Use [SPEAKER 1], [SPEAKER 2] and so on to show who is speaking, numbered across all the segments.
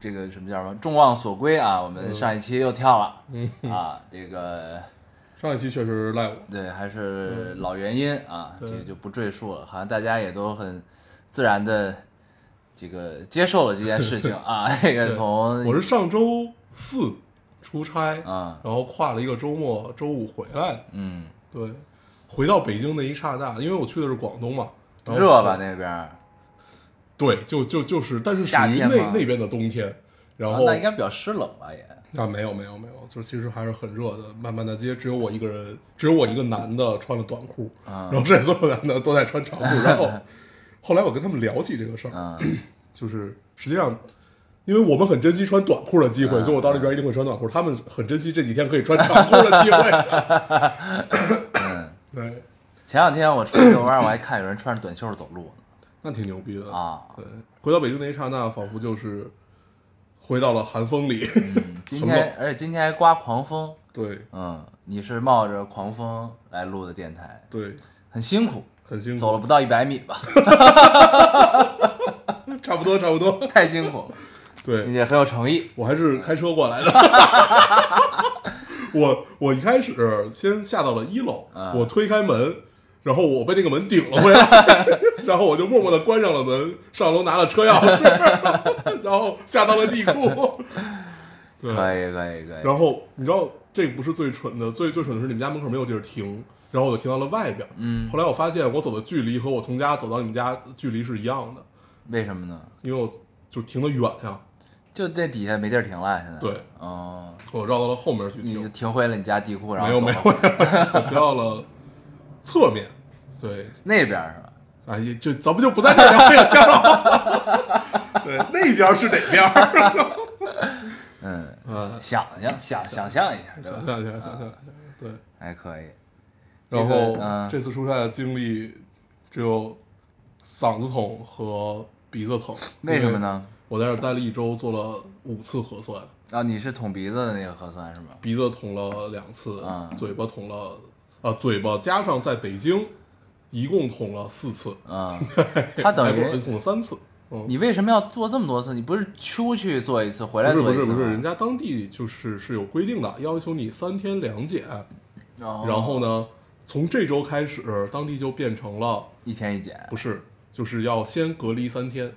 [SPEAKER 1] 这个什么叫什么？众望所归啊！我们上一期又跳了、
[SPEAKER 2] 嗯，
[SPEAKER 1] 啊，这个
[SPEAKER 2] 上一期确实赖我，
[SPEAKER 1] 对，还是老原因啊，这
[SPEAKER 2] 对
[SPEAKER 1] 个就不赘述了。好像大家也都很自然的这个接受了这件事情 啊。这个
[SPEAKER 2] 对
[SPEAKER 1] 从
[SPEAKER 2] 我是上周四出差，
[SPEAKER 1] 啊，
[SPEAKER 2] 然后跨了一个周末，周五回来。
[SPEAKER 1] 嗯，
[SPEAKER 2] 对，回到北京那一刹那，因为我去的是广东嘛，然后
[SPEAKER 1] 热吧？那边儿，
[SPEAKER 2] 对，就就就是，但是属
[SPEAKER 1] 夏
[SPEAKER 2] 于
[SPEAKER 1] 天吗
[SPEAKER 2] 那那边的冬天。然
[SPEAKER 1] 啊
[SPEAKER 2] 后
[SPEAKER 1] 那应该比较湿冷吧也。
[SPEAKER 2] 啊，没有没有没有，就是其实还是很热的。漫漫大街只有我一个人，只有我一个男的穿了短裤，
[SPEAKER 1] 啊
[SPEAKER 2] 然后剩下所有男的都在穿长裤。然后后来我跟他们聊起这个事儿，
[SPEAKER 1] 嗯，
[SPEAKER 2] 就是实际上，因为我们很珍惜穿短裤的机会，
[SPEAKER 1] 嗯
[SPEAKER 2] 所以我到那边一定会穿短裤。他们很珍惜这几天可以穿长裤的机会。
[SPEAKER 1] 嗯
[SPEAKER 2] 对，
[SPEAKER 1] 前两天我出去遛弯儿，我还看有人穿着短袖儿走路
[SPEAKER 2] 那挺牛逼的
[SPEAKER 1] 呢！啊。
[SPEAKER 2] 对，回到北京那一刹那，仿佛就是回到了寒风里。
[SPEAKER 1] 嗯，今
[SPEAKER 2] 什么
[SPEAKER 1] 天而且今天还刮狂风，
[SPEAKER 2] 对
[SPEAKER 1] 嗯，你是冒着狂风来录的电台，
[SPEAKER 2] 对，
[SPEAKER 1] 很辛苦，
[SPEAKER 2] 很辛苦，
[SPEAKER 1] 走了不到一百米吧，
[SPEAKER 2] 嗯差不多差不多。
[SPEAKER 1] 太辛苦了。你
[SPEAKER 2] 对
[SPEAKER 1] 也很有诚意，
[SPEAKER 2] 我还是开车 过来的。我我一开始先下到了一楼，
[SPEAKER 1] 嗯
[SPEAKER 2] 我推开门，然后我被那个门顶了 回来，然后我就默默的关上了门，上楼拿了车钥 匙，然后下到了地库。对，
[SPEAKER 1] 可以可以可以。
[SPEAKER 2] 然后你知道这不是最蠢的，最最蠢的是你们家门口没有地儿停，然后我就停到了外边。
[SPEAKER 1] 嗯
[SPEAKER 2] 后来我发现我走的距离和我从家走到你们家距离是一样的，
[SPEAKER 1] 为什么呢？
[SPEAKER 2] 因为我就停的远呀，
[SPEAKER 1] 就这底下没地儿停了，现在。
[SPEAKER 2] 对，
[SPEAKER 1] 哦，
[SPEAKER 2] 我绕到了后面去
[SPEAKER 1] 你
[SPEAKER 2] 停
[SPEAKER 1] 就。停回了你家地库，然后
[SPEAKER 2] 没有
[SPEAKER 1] 走
[SPEAKER 2] 没有，没有我提到了侧面，对，
[SPEAKER 1] 那边儿是吧？
[SPEAKER 2] 哎，就咱们就不在这儿聊这个天了。 对，那边是哪边儿？
[SPEAKER 1] 嗯，
[SPEAKER 2] 嗯，
[SPEAKER 1] 想象想想象一下，对
[SPEAKER 2] 想
[SPEAKER 1] 吧？
[SPEAKER 2] 想想想想，对。
[SPEAKER 1] 还可以。这个
[SPEAKER 2] 然后、
[SPEAKER 1] 嗯
[SPEAKER 2] 这次出差的经历只有嗓子痛和鼻子疼，
[SPEAKER 1] 为什么？呢？
[SPEAKER 2] 我在这儿待了一周，做了五次核酸，
[SPEAKER 1] 啊，你是捅鼻子的那个核酸是吗？
[SPEAKER 2] 鼻子捅了两次，
[SPEAKER 1] 啊
[SPEAKER 2] 嘴巴捅了，啊，嘴巴加上在北京，一共捅了四次，
[SPEAKER 1] 啊， 他等
[SPEAKER 2] 还不
[SPEAKER 1] 于
[SPEAKER 2] 是捅了三次。嗯，
[SPEAKER 1] 你为什么要做这么多次？你不是出去做一次，回来
[SPEAKER 2] 不
[SPEAKER 1] 做
[SPEAKER 2] 是不
[SPEAKER 1] 一次啊
[SPEAKER 2] 是
[SPEAKER 1] 吗？
[SPEAKER 2] 不是，人家当地就是是有规定的，要求你三天两检。
[SPEAKER 1] 哦
[SPEAKER 2] 然后呢，从这周开始，当地就变成了
[SPEAKER 1] 一天一检，
[SPEAKER 2] 不是，就是要先隔离三天，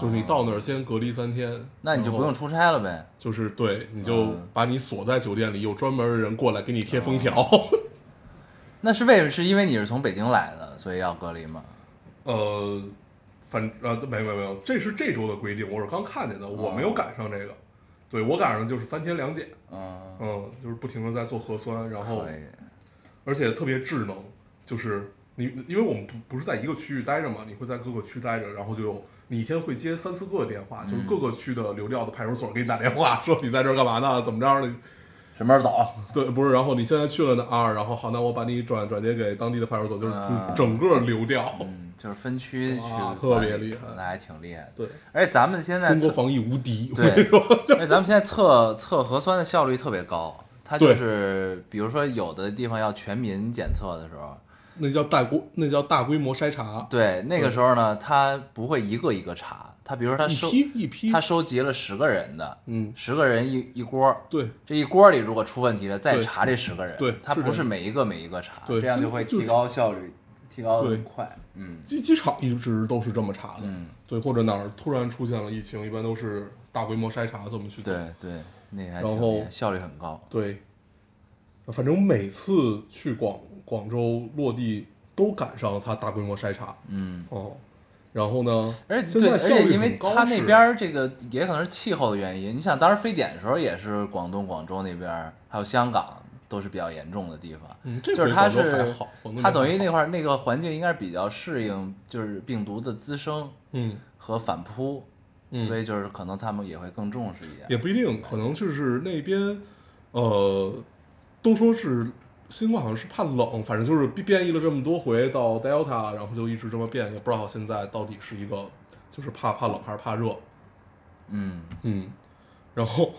[SPEAKER 2] 就是你到那儿先隔离三天，
[SPEAKER 1] 啊那你就不用
[SPEAKER 2] 然后
[SPEAKER 1] 出差了呗。
[SPEAKER 2] 就是对，你就
[SPEAKER 1] 嗯
[SPEAKER 2] 把你锁在酒店里，有专门的人过来给你贴 封条。
[SPEAKER 1] 那是为什么？是因为你是从北京来的，所以要隔离吗？
[SPEAKER 2] 呃，反呃没有没有没有，这是这周的规定，我是刚看见
[SPEAKER 1] 哦
[SPEAKER 2] 的，我没有赶上这个。对我赶上就是三天两检，
[SPEAKER 1] 嗯，
[SPEAKER 2] 嗯，就是不停的在做核酸，然后
[SPEAKER 1] 可以。
[SPEAKER 2] 而且特别智能，就是你因为我们不不是在一个区域待着嘛，你会在各个区待着，然后就有你一天会接三四个电话，就是各
[SPEAKER 1] 嗯
[SPEAKER 2] 个区的流调的派出所给你打电话，说你在这儿干嘛呢？怎么着的？
[SPEAKER 1] 什么时候走？
[SPEAKER 2] 对，不是，然后你现在去了哪儿？然后好，那我把你转转接给当地的派出所，就是
[SPEAKER 1] 啊
[SPEAKER 2] 整个流调。
[SPEAKER 1] 嗯，就是分区去管
[SPEAKER 2] 哇
[SPEAKER 1] 理
[SPEAKER 2] 特别厉害
[SPEAKER 1] 那还挺厉害的。
[SPEAKER 2] 对，
[SPEAKER 1] 而且咱们现在
[SPEAKER 2] 中国
[SPEAKER 1] 测
[SPEAKER 2] 防疫无敌。
[SPEAKER 1] 对， 而且咱们现在测测核酸的效率特别高。它就
[SPEAKER 2] 对
[SPEAKER 1] 是，比如说有的地方要全民检测的时候，
[SPEAKER 2] 那叫大规，那叫大规模筛查，
[SPEAKER 1] 对那个
[SPEAKER 2] 对
[SPEAKER 1] 时候呢，它不会一个一个查，它比如说它
[SPEAKER 2] 一
[SPEAKER 1] 收
[SPEAKER 2] 批一批
[SPEAKER 1] 它。收集了十个人的，
[SPEAKER 2] 嗯，
[SPEAKER 1] 十个人一一锅，
[SPEAKER 2] 对
[SPEAKER 1] 这一锅里如果出问题了，再
[SPEAKER 2] 对
[SPEAKER 1] 查这十个人，
[SPEAKER 2] 对
[SPEAKER 1] 他
[SPEAKER 2] 是
[SPEAKER 1] 不
[SPEAKER 2] 这
[SPEAKER 1] 是
[SPEAKER 2] 样
[SPEAKER 1] 每一个每一个查，
[SPEAKER 2] 对
[SPEAKER 1] 这样
[SPEAKER 2] 是
[SPEAKER 1] 就会
[SPEAKER 2] 就
[SPEAKER 1] 提
[SPEAKER 2] 是
[SPEAKER 1] 高效率，提高
[SPEAKER 2] 对
[SPEAKER 1] 的快。嗯
[SPEAKER 2] 机机场一直都是这么查的。
[SPEAKER 1] 嗯，
[SPEAKER 2] 对，或者哪儿突然出现了疫情，一般都是大规模筛查这么去做。
[SPEAKER 1] 对对，那个还
[SPEAKER 2] 然
[SPEAKER 1] 挺厉
[SPEAKER 2] 后
[SPEAKER 1] 害，效率很高。
[SPEAKER 2] 对，反正每次去广广州落地都赶上它大规模筛查
[SPEAKER 1] 嗯，
[SPEAKER 2] 哦。然后呢，
[SPEAKER 1] 而且
[SPEAKER 2] 现
[SPEAKER 1] 对，
[SPEAKER 2] 在
[SPEAKER 1] 而
[SPEAKER 2] 效
[SPEAKER 1] 且
[SPEAKER 2] 率
[SPEAKER 1] 因为
[SPEAKER 2] 很高
[SPEAKER 1] 他
[SPEAKER 2] 是
[SPEAKER 1] 那边儿这个也可能是气候的原因，你想当时非典的时候也是广东、广州那边儿，还有香港都是比较严重的地方。
[SPEAKER 2] 嗯，这
[SPEAKER 1] 就是
[SPEAKER 2] 回
[SPEAKER 1] 它
[SPEAKER 2] 广州
[SPEAKER 1] 是
[SPEAKER 2] 还好，广东
[SPEAKER 1] 它
[SPEAKER 2] 还
[SPEAKER 1] 等于
[SPEAKER 2] 好
[SPEAKER 1] 那块儿那个环境应该是比较适应，就是病毒的滋生
[SPEAKER 2] 嗯
[SPEAKER 1] 和反扑，
[SPEAKER 2] 嗯
[SPEAKER 1] 所以就是可能他们也会更重视一点。
[SPEAKER 2] 也不一定，可能就是那边，呃，都说是新冠好像是怕冷，反正就是变变异了这么多回到 Delta，然后就一直这么变，也不知道现在到底是一个就是怕怕冷还是怕热，
[SPEAKER 1] 嗯
[SPEAKER 2] 嗯，然后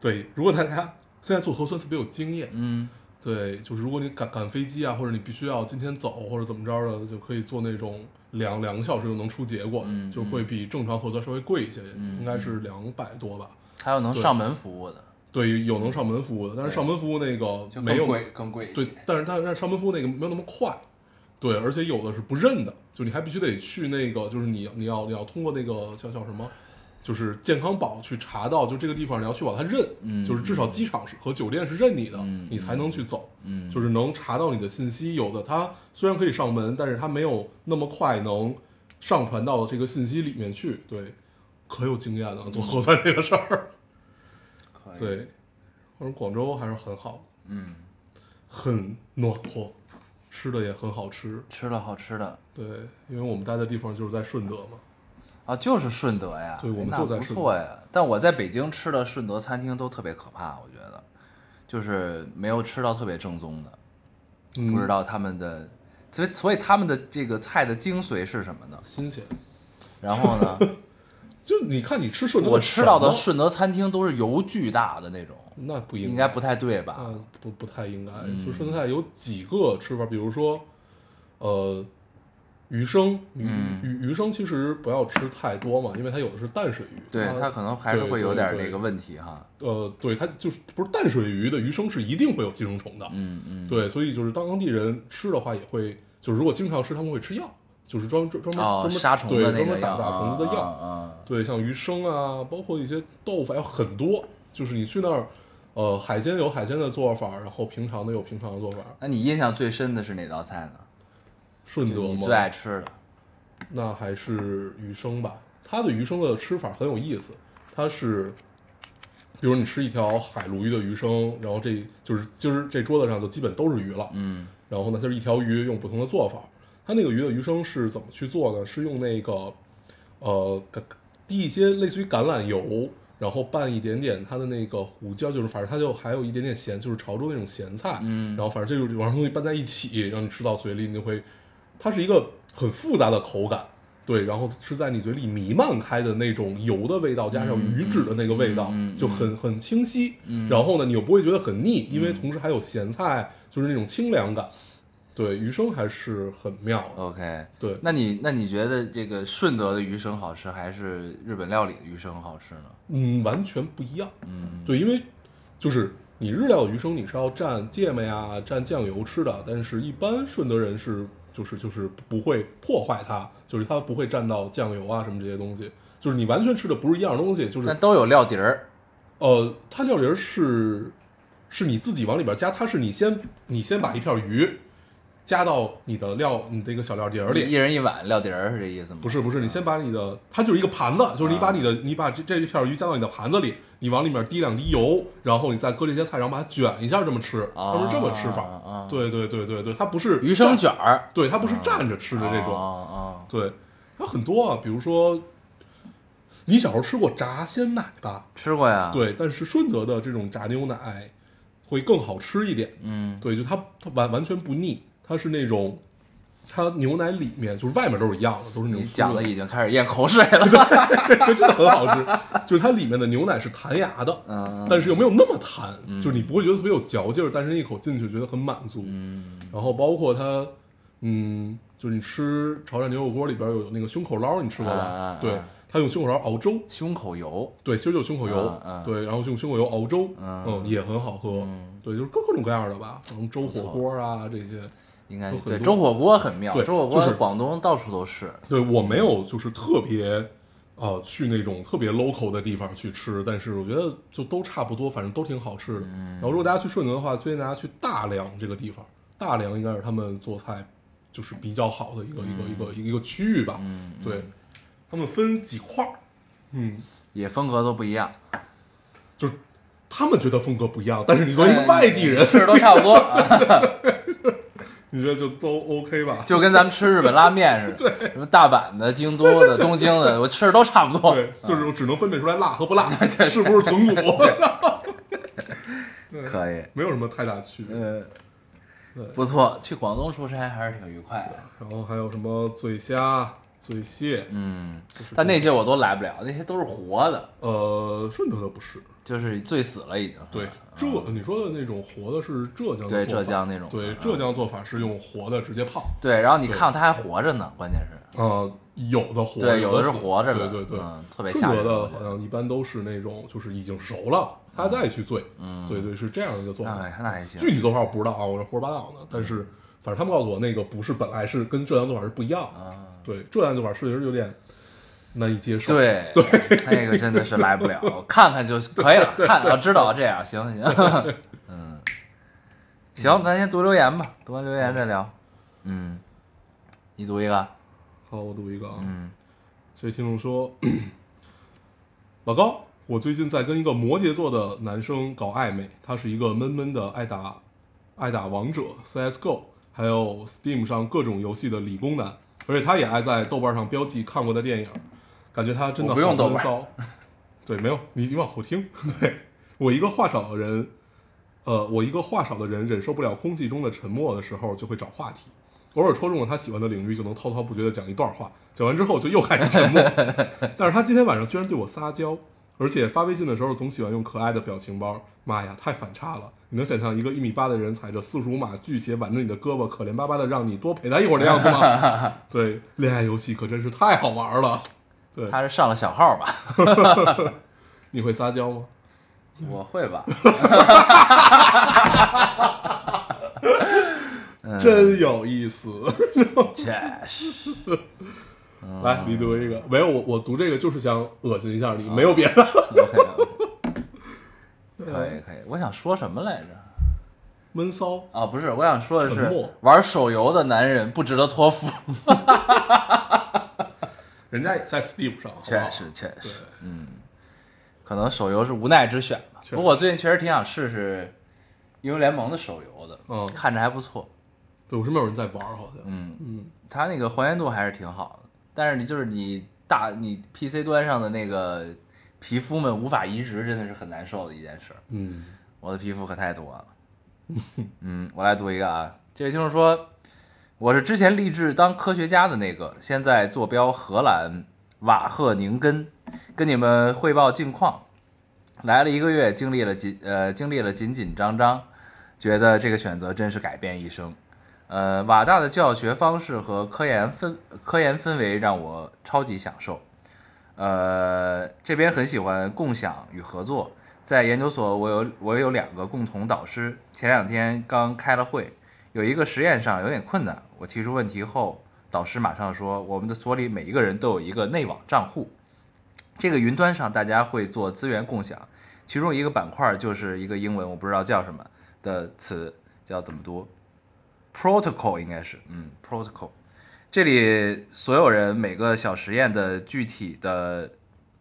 [SPEAKER 2] 对，如果大家现在做核酸特别有经验，
[SPEAKER 1] 嗯
[SPEAKER 2] 对，就是如果你赶赶飞机啊，或者你必须要今天走或者怎么着的，就可以做那种两两个小时就能出结果，
[SPEAKER 1] 嗯
[SPEAKER 2] 就会比正常核酸稍微贵一些，
[SPEAKER 1] 嗯
[SPEAKER 2] 应该是两百多吧。
[SPEAKER 1] 还有能
[SPEAKER 2] 对
[SPEAKER 1] 上门服务的，
[SPEAKER 2] 对，有能上门服务的，但是
[SPEAKER 1] 对
[SPEAKER 2] 上门服务那个
[SPEAKER 1] 就
[SPEAKER 2] 没
[SPEAKER 1] 更
[SPEAKER 2] 有
[SPEAKER 1] 贵更贵一
[SPEAKER 2] 对
[SPEAKER 1] 些。，
[SPEAKER 2] 但是但是但是上门服务那个没有那么快，对，而且有的是不认的，就你还必须得去那个，就是你你要你要通过那个叫叫什么，就是健康宝去查到，就这个地方你要去把它认，
[SPEAKER 1] 嗯
[SPEAKER 2] 就是至少机场是和酒店是认你的，
[SPEAKER 1] 嗯
[SPEAKER 2] 你才能去走，
[SPEAKER 1] 嗯，
[SPEAKER 2] 就是能查到你的信息。有的它虽然可以上门，但是它没有那么快能上传到这个信息里面去，对，可有经验了，
[SPEAKER 1] 嗯
[SPEAKER 2] 做核酸这个事儿。
[SPEAKER 1] 可以，
[SPEAKER 2] 对，反正广州还是很好，
[SPEAKER 1] 哎嗯，
[SPEAKER 2] 很暖和，吃的也很好吃。
[SPEAKER 1] 吃了好吃的
[SPEAKER 2] 对，因为我们待的地方就是在顺德嘛。
[SPEAKER 1] 啊，就是顺德呀，
[SPEAKER 2] 对我们
[SPEAKER 1] 那
[SPEAKER 2] 就在
[SPEAKER 1] 不
[SPEAKER 2] 顺
[SPEAKER 1] 错呀。但我在北京吃的顺德餐厅都特别可怕，我觉得，就是没有吃到特别正宗的，
[SPEAKER 2] 嗯，
[SPEAKER 1] 不知道他们的，所以所以他们的这个菜的精髓是什么呢？
[SPEAKER 2] 新鲜。
[SPEAKER 1] 然后 呢，
[SPEAKER 2] 就你看，你吃顺德，
[SPEAKER 1] 我吃到的，顺德餐厅都是油巨大的那种，
[SPEAKER 2] 那不
[SPEAKER 1] 应
[SPEAKER 2] 应
[SPEAKER 1] 该不太对吧？
[SPEAKER 2] 啊，不不太应该。
[SPEAKER 1] 嗯
[SPEAKER 2] 就顺德菜有几个吃法，比如说，呃，鱼生，鱼
[SPEAKER 1] 嗯
[SPEAKER 2] 鱼鱼生其实不要吃太多嘛，因为它有的是淡水鱼，
[SPEAKER 1] 对它
[SPEAKER 2] 它
[SPEAKER 1] 可能还是
[SPEAKER 2] 啊对
[SPEAKER 1] 会有
[SPEAKER 2] 对
[SPEAKER 1] 点
[SPEAKER 2] 对
[SPEAKER 1] 那个问题哈。
[SPEAKER 2] 呃，对它就是不是淡水鱼的鱼生是一定会有寄生虫的，
[SPEAKER 1] 嗯嗯，
[SPEAKER 2] 对，所以就是当地人吃的话，也会就是如果经常吃，他们会吃药，就是专专专门、
[SPEAKER 1] 哦，
[SPEAKER 2] 专门
[SPEAKER 1] 杀虫
[SPEAKER 2] 对
[SPEAKER 1] 的那
[SPEAKER 2] 专
[SPEAKER 1] 个
[SPEAKER 2] 门
[SPEAKER 1] 药，
[SPEAKER 2] 打打虫子的药。
[SPEAKER 1] 啊，
[SPEAKER 2] 对，像鱼生啊，包括一些豆腐，还有很多。就是你去那儿，呃，海鲜有海鲜的做法，然后平常的有平常的做法。
[SPEAKER 1] 那你印象最深的是哪道菜呢？
[SPEAKER 2] 顺
[SPEAKER 1] 就
[SPEAKER 2] 德
[SPEAKER 1] 你最爱
[SPEAKER 2] 嘛，
[SPEAKER 1] 吃的，
[SPEAKER 2] 那还是鱼生吧。它的鱼生的吃法很有意思，它是，比如你吃一条海鲈鱼的鱼生，然后这就是就是这桌子上就基本都是鱼了，
[SPEAKER 1] 嗯
[SPEAKER 2] 然后呢，就是一条鱼用不同的做法。它那个鱼的鱼生是怎么去做呢？是用那个呃橄滴一些类似于橄榄油，然后拌一点点它的那个胡椒，就是反正它就还有一点点咸，就是潮州那种咸菜。
[SPEAKER 1] 嗯
[SPEAKER 2] 然后反正这种两样东西拌在一起，让你吃到嘴里，你就会，它是一个很复杂的口感。对，然后是在你嘴里弥漫开的那种油的味道，加上鱼脂的那个味道，
[SPEAKER 1] 嗯嗯嗯嗯嗯嗯
[SPEAKER 2] 就很很清晰。然后呢，你又不会觉得很腻，因为同时还有咸菜，就是那种清凉感。对，鱼生还是很妙啊的。
[SPEAKER 1] ，OK。
[SPEAKER 2] 哦对，
[SPEAKER 1] 那你那你觉得这个顺德的鱼生好吃，还是日本料理的鱼生好吃呢？
[SPEAKER 2] 嗯，完全不一样。
[SPEAKER 1] 嗯
[SPEAKER 2] 对，因为就是你日料鱼生你是要蘸芥末呀、蘸酱油吃的，但是一般顺德人是就是就是不会破坏它，就是它不会蘸到酱油啊什么这些东西。就是你完全吃的不是一样东西，就是
[SPEAKER 1] 但都有料底儿，
[SPEAKER 2] 呃，它料碟儿是是你自己往里边加，它是你先你先把一片鱼加到你的料你这个小料碟儿
[SPEAKER 1] 一
[SPEAKER 2] 里，
[SPEAKER 1] 人一碗料底儿是这意思吗？
[SPEAKER 2] 不是不是，你先把你的它就是一个盘子，就是你把
[SPEAKER 1] 啊
[SPEAKER 2] 你的你把这这片鱼加到你的盘子里，你往里面滴两滴油，然后你再搁这些菜，然后把它卷一下这么吃，
[SPEAKER 1] 啊，
[SPEAKER 2] 它是这么吃法。
[SPEAKER 1] 啊，
[SPEAKER 2] 对对对对对，它不是
[SPEAKER 1] 鱼生
[SPEAKER 2] 蘸
[SPEAKER 1] 卷，儿
[SPEAKER 2] 对，它不是蘸着吃的这
[SPEAKER 1] 啊
[SPEAKER 2] 种，
[SPEAKER 1] 啊啊，
[SPEAKER 2] 对，它很多啊，比如说。你小时候吃过炸鲜奶吧？
[SPEAKER 1] 吃过呀？，
[SPEAKER 2] 对，但是顺德的这种炸牛奶会更好吃一点。
[SPEAKER 1] 嗯
[SPEAKER 2] 对，就它它完完全不腻，它是那种，它牛奶里面就是外面都是一样的，都是那种
[SPEAKER 1] 你
[SPEAKER 2] 酥
[SPEAKER 1] 讲的
[SPEAKER 2] 的，
[SPEAKER 1] 已经开始咽口水了。
[SPEAKER 2] 真的很好吃。就是它里面的牛奶是弹牙的，
[SPEAKER 1] 嗯
[SPEAKER 2] 但是又没有那么弹，就是你不会觉得特别有嚼劲儿，但是那一口进去觉得很满足。
[SPEAKER 1] 嗯
[SPEAKER 2] 然后包括它，嗯，就是你吃潮汕牛肉锅里边有有那个胸口捞，你吃过吧？
[SPEAKER 1] 啊啊啊
[SPEAKER 2] 对，它用胸口捞熬粥。
[SPEAKER 1] 胸口油，
[SPEAKER 2] 对，其实就是胸口油，
[SPEAKER 1] 啊啊
[SPEAKER 2] 对，然后用胸口油熬粥，
[SPEAKER 1] 嗯
[SPEAKER 2] 也很好喝，
[SPEAKER 1] 嗯
[SPEAKER 2] 对，就是各各种各样的吧，可能粥
[SPEAKER 1] 不错
[SPEAKER 2] 火锅啊这些。
[SPEAKER 1] 应该
[SPEAKER 2] 有
[SPEAKER 1] 是
[SPEAKER 2] 很
[SPEAKER 1] 对
[SPEAKER 2] 多
[SPEAKER 1] 粥火锅很妙，
[SPEAKER 2] 对
[SPEAKER 1] 粥火锅
[SPEAKER 2] 就是
[SPEAKER 1] 广东到处都是。
[SPEAKER 2] 对我没有就是特别，呃，去那种特别 local 的地方去吃，但是我觉得就都差不多，反正都挺好吃的。
[SPEAKER 1] 嗯
[SPEAKER 2] 然后如果大家去顺德的话，推荐大家去大良这个地方，大良应该是他们做菜就是比较好的一个、一个一个一个区域吧，
[SPEAKER 1] 嗯，嗯
[SPEAKER 2] 对，他们分几块儿，嗯，
[SPEAKER 1] 也风格都不一样。
[SPEAKER 2] 就是他们觉得风格不一样，但是你作为一个
[SPEAKER 1] 哎
[SPEAKER 2] 外地人，
[SPEAKER 1] 吃都差不多。
[SPEAKER 2] 你觉得就都 OK 吧？
[SPEAKER 1] 就跟咱们吃日本拉面似 的，什么大阪的、京都的、东京的，我吃的都差不多。
[SPEAKER 2] 对，就是我只能分辨出来辣和不辣，是不是豚骨，
[SPEAKER 1] 可以，
[SPEAKER 2] 没有什么太大区别。
[SPEAKER 1] 呃，不错，去广东出差还是挺愉快的。
[SPEAKER 2] 然后还有什么醉虾、醉蟹，
[SPEAKER 1] 嗯，但那些我都来不了，那些都是活的，
[SPEAKER 2] 呃，顺德的不是，
[SPEAKER 1] 就是醉死了已经。
[SPEAKER 2] 对，浙你说的那种活的是浙江的
[SPEAKER 1] 啊对
[SPEAKER 2] 做法
[SPEAKER 1] 浙江那种
[SPEAKER 2] 对
[SPEAKER 1] 嗯
[SPEAKER 2] 浙江做法是用活的直接泡，
[SPEAKER 1] 对，然后你看他还活着呢，关键是，
[SPEAKER 2] 呃，有的活，
[SPEAKER 1] 嗯对，
[SPEAKER 2] 有
[SPEAKER 1] 有的
[SPEAKER 2] 的
[SPEAKER 1] 是
[SPEAKER 2] 死
[SPEAKER 1] 活着的，
[SPEAKER 2] 对对对，
[SPEAKER 1] 嗯，特别
[SPEAKER 2] 顺
[SPEAKER 1] 吓
[SPEAKER 2] 德
[SPEAKER 1] 人。我
[SPEAKER 2] 的
[SPEAKER 1] 觉
[SPEAKER 2] 好
[SPEAKER 1] 得
[SPEAKER 2] 像一般都是那种就是已经熟了，他再去醉，嗯，对对是这样的一个做
[SPEAKER 1] 那
[SPEAKER 2] 法，
[SPEAKER 1] 还那嗯还行，
[SPEAKER 2] 具体做法我不知道啊，我这胡说八道呢。但是反正他们告诉我，那个不是本来是跟浙江做法是不一样的。
[SPEAKER 1] 啊
[SPEAKER 2] 对，浙江做法确实有点难以接受。，
[SPEAKER 1] 对对，那个真的是来不了，看看就可以了，看啊，知道这样，行行， 嗯，行，咱先读留言吧，读完留言再聊，嗯，你读一个，
[SPEAKER 2] 好，我读一个啊。
[SPEAKER 1] 嗯，
[SPEAKER 2] 这位听众说：“ 老高，我最近在跟一个摩羯座的男生搞暧昧，他是一个闷闷的爱打爱打王者、CSGO，还有 Steam 上各种游戏的理工男，而且他也爱在豆瓣上标记看过的电影，感觉他真的
[SPEAKER 1] 我不用
[SPEAKER 2] 好
[SPEAKER 1] 豆
[SPEAKER 2] 闷
[SPEAKER 1] 瓣
[SPEAKER 2] 骚。对，没有你，你往后听。 对我一个话少的人，呃，我一个话少的人忍受不了空气中的沉默的时候，就会找话题。偶尔戳中了他喜欢的领域，就能滔滔不绝地讲一段话，讲完之后就又开始沉默。 但是他今天晚上居然对我撒娇，而且发微信的时候总喜欢用可爱的表情包。妈呀，太反差了！你能想象一个一米八的人踩着四十五码巨鞋挽着你的胳膊，可怜巴巴的让你多陪他一会儿的样子 吗？对，恋爱游戏可真是太好玩了。对，
[SPEAKER 1] 他是上了小号吧？
[SPEAKER 2] 你会撒娇吗？
[SPEAKER 1] 我会吧，
[SPEAKER 2] 真有意思。
[SPEAKER 1] 确实，
[SPEAKER 2] 来，你读一个。没有，我我读这个就是想恶心一下你，没有别的。
[SPEAKER 1] OK，可以可以，我想说什么来着？
[SPEAKER 2] 闷骚，
[SPEAKER 1] 啊，不是，我想说的
[SPEAKER 2] 沉
[SPEAKER 1] 是
[SPEAKER 2] 默，
[SPEAKER 1] 玩手游的男人不值得托付。
[SPEAKER 2] 人家也在 Steam 上，好不
[SPEAKER 1] 确
[SPEAKER 2] 好
[SPEAKER 1] 实，确实
[SPEAKER 2] 对，，
[SPEAKER 1] 嗯，可能手游是无奈之选吧。
[SPEAKER 2] 确实
[SPEAKER 1] 不过我最近确实挺想试试英雄联盟的手游的，
[SPEAKER 2] 嗯
[SPEAKER 1] 看着还不错，
[SPEAKER 2] 对我身边有人在玩，好像。
[SPEAKER 1] 嗯
[SPEAKER 2] 嗯，
[SPEAKER 1] 它那个还原度还是挺好的。但是你就是你大你 PC 端上的那个皮肤们无法移植，真的是很难受的一件事儿。
[SPEAKER 2] 嗯，
[SPEAKER 1] 我的皮肤可太多了。嗯，我来读一个啊，这位听众说，我是之前立志当科学家的那个，现在坐标荷兰瓦赫宁根，跟你们汇报近况。来了一个月，经历了紧呃经历了紧紧张张，觉得这个选择真是改变一生。呃，瓦大的教学方式和科研氛科研氛围让我超级享受。呃，这边很喜欢共享与合作。在研究所，我有我有两个共同导师，前两天刚开了会，有一个实验上有点困难，我提出问题后，导师马上说，我们的所里每一个人都有一个内网账户，这个云端上大家会做资源共享，其中一个板块就是一个英文我不知道叫什么的词，叫怎么读？protocol 应该是，嗯，protocol。这里所有人每个小实验的具体的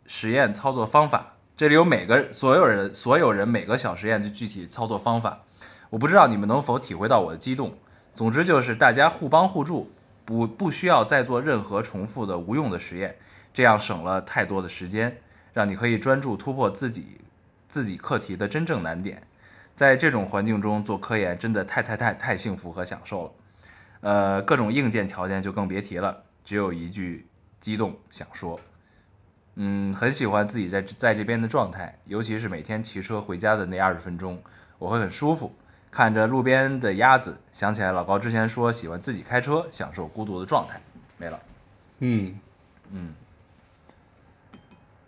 [SPEAKER 1] 实验操作方法，这里有每个所有人所有人每个小实验的具体操作方法。我不知道你们能否体会到我的激动。总之就是大家互帮互助，不不需要再做任何重复的无用的实验，这样省了太多的时间，让你可以专注突破自己自己课题的真正难点。在这种环境中做科研，真的太太太太幸福和享受了。呃，各种硬件条件就更别提了，只有一句激动想说。嗯，很喜欢自己在在这边的状态，尤其是每天骑车回家的那二十分钟，我会很舒服。看着路边的鸭子，想起来老高之前说喜欢自己开车，享受孤独的状态。没了，
[SPEAKER 2] 嗯，嗯，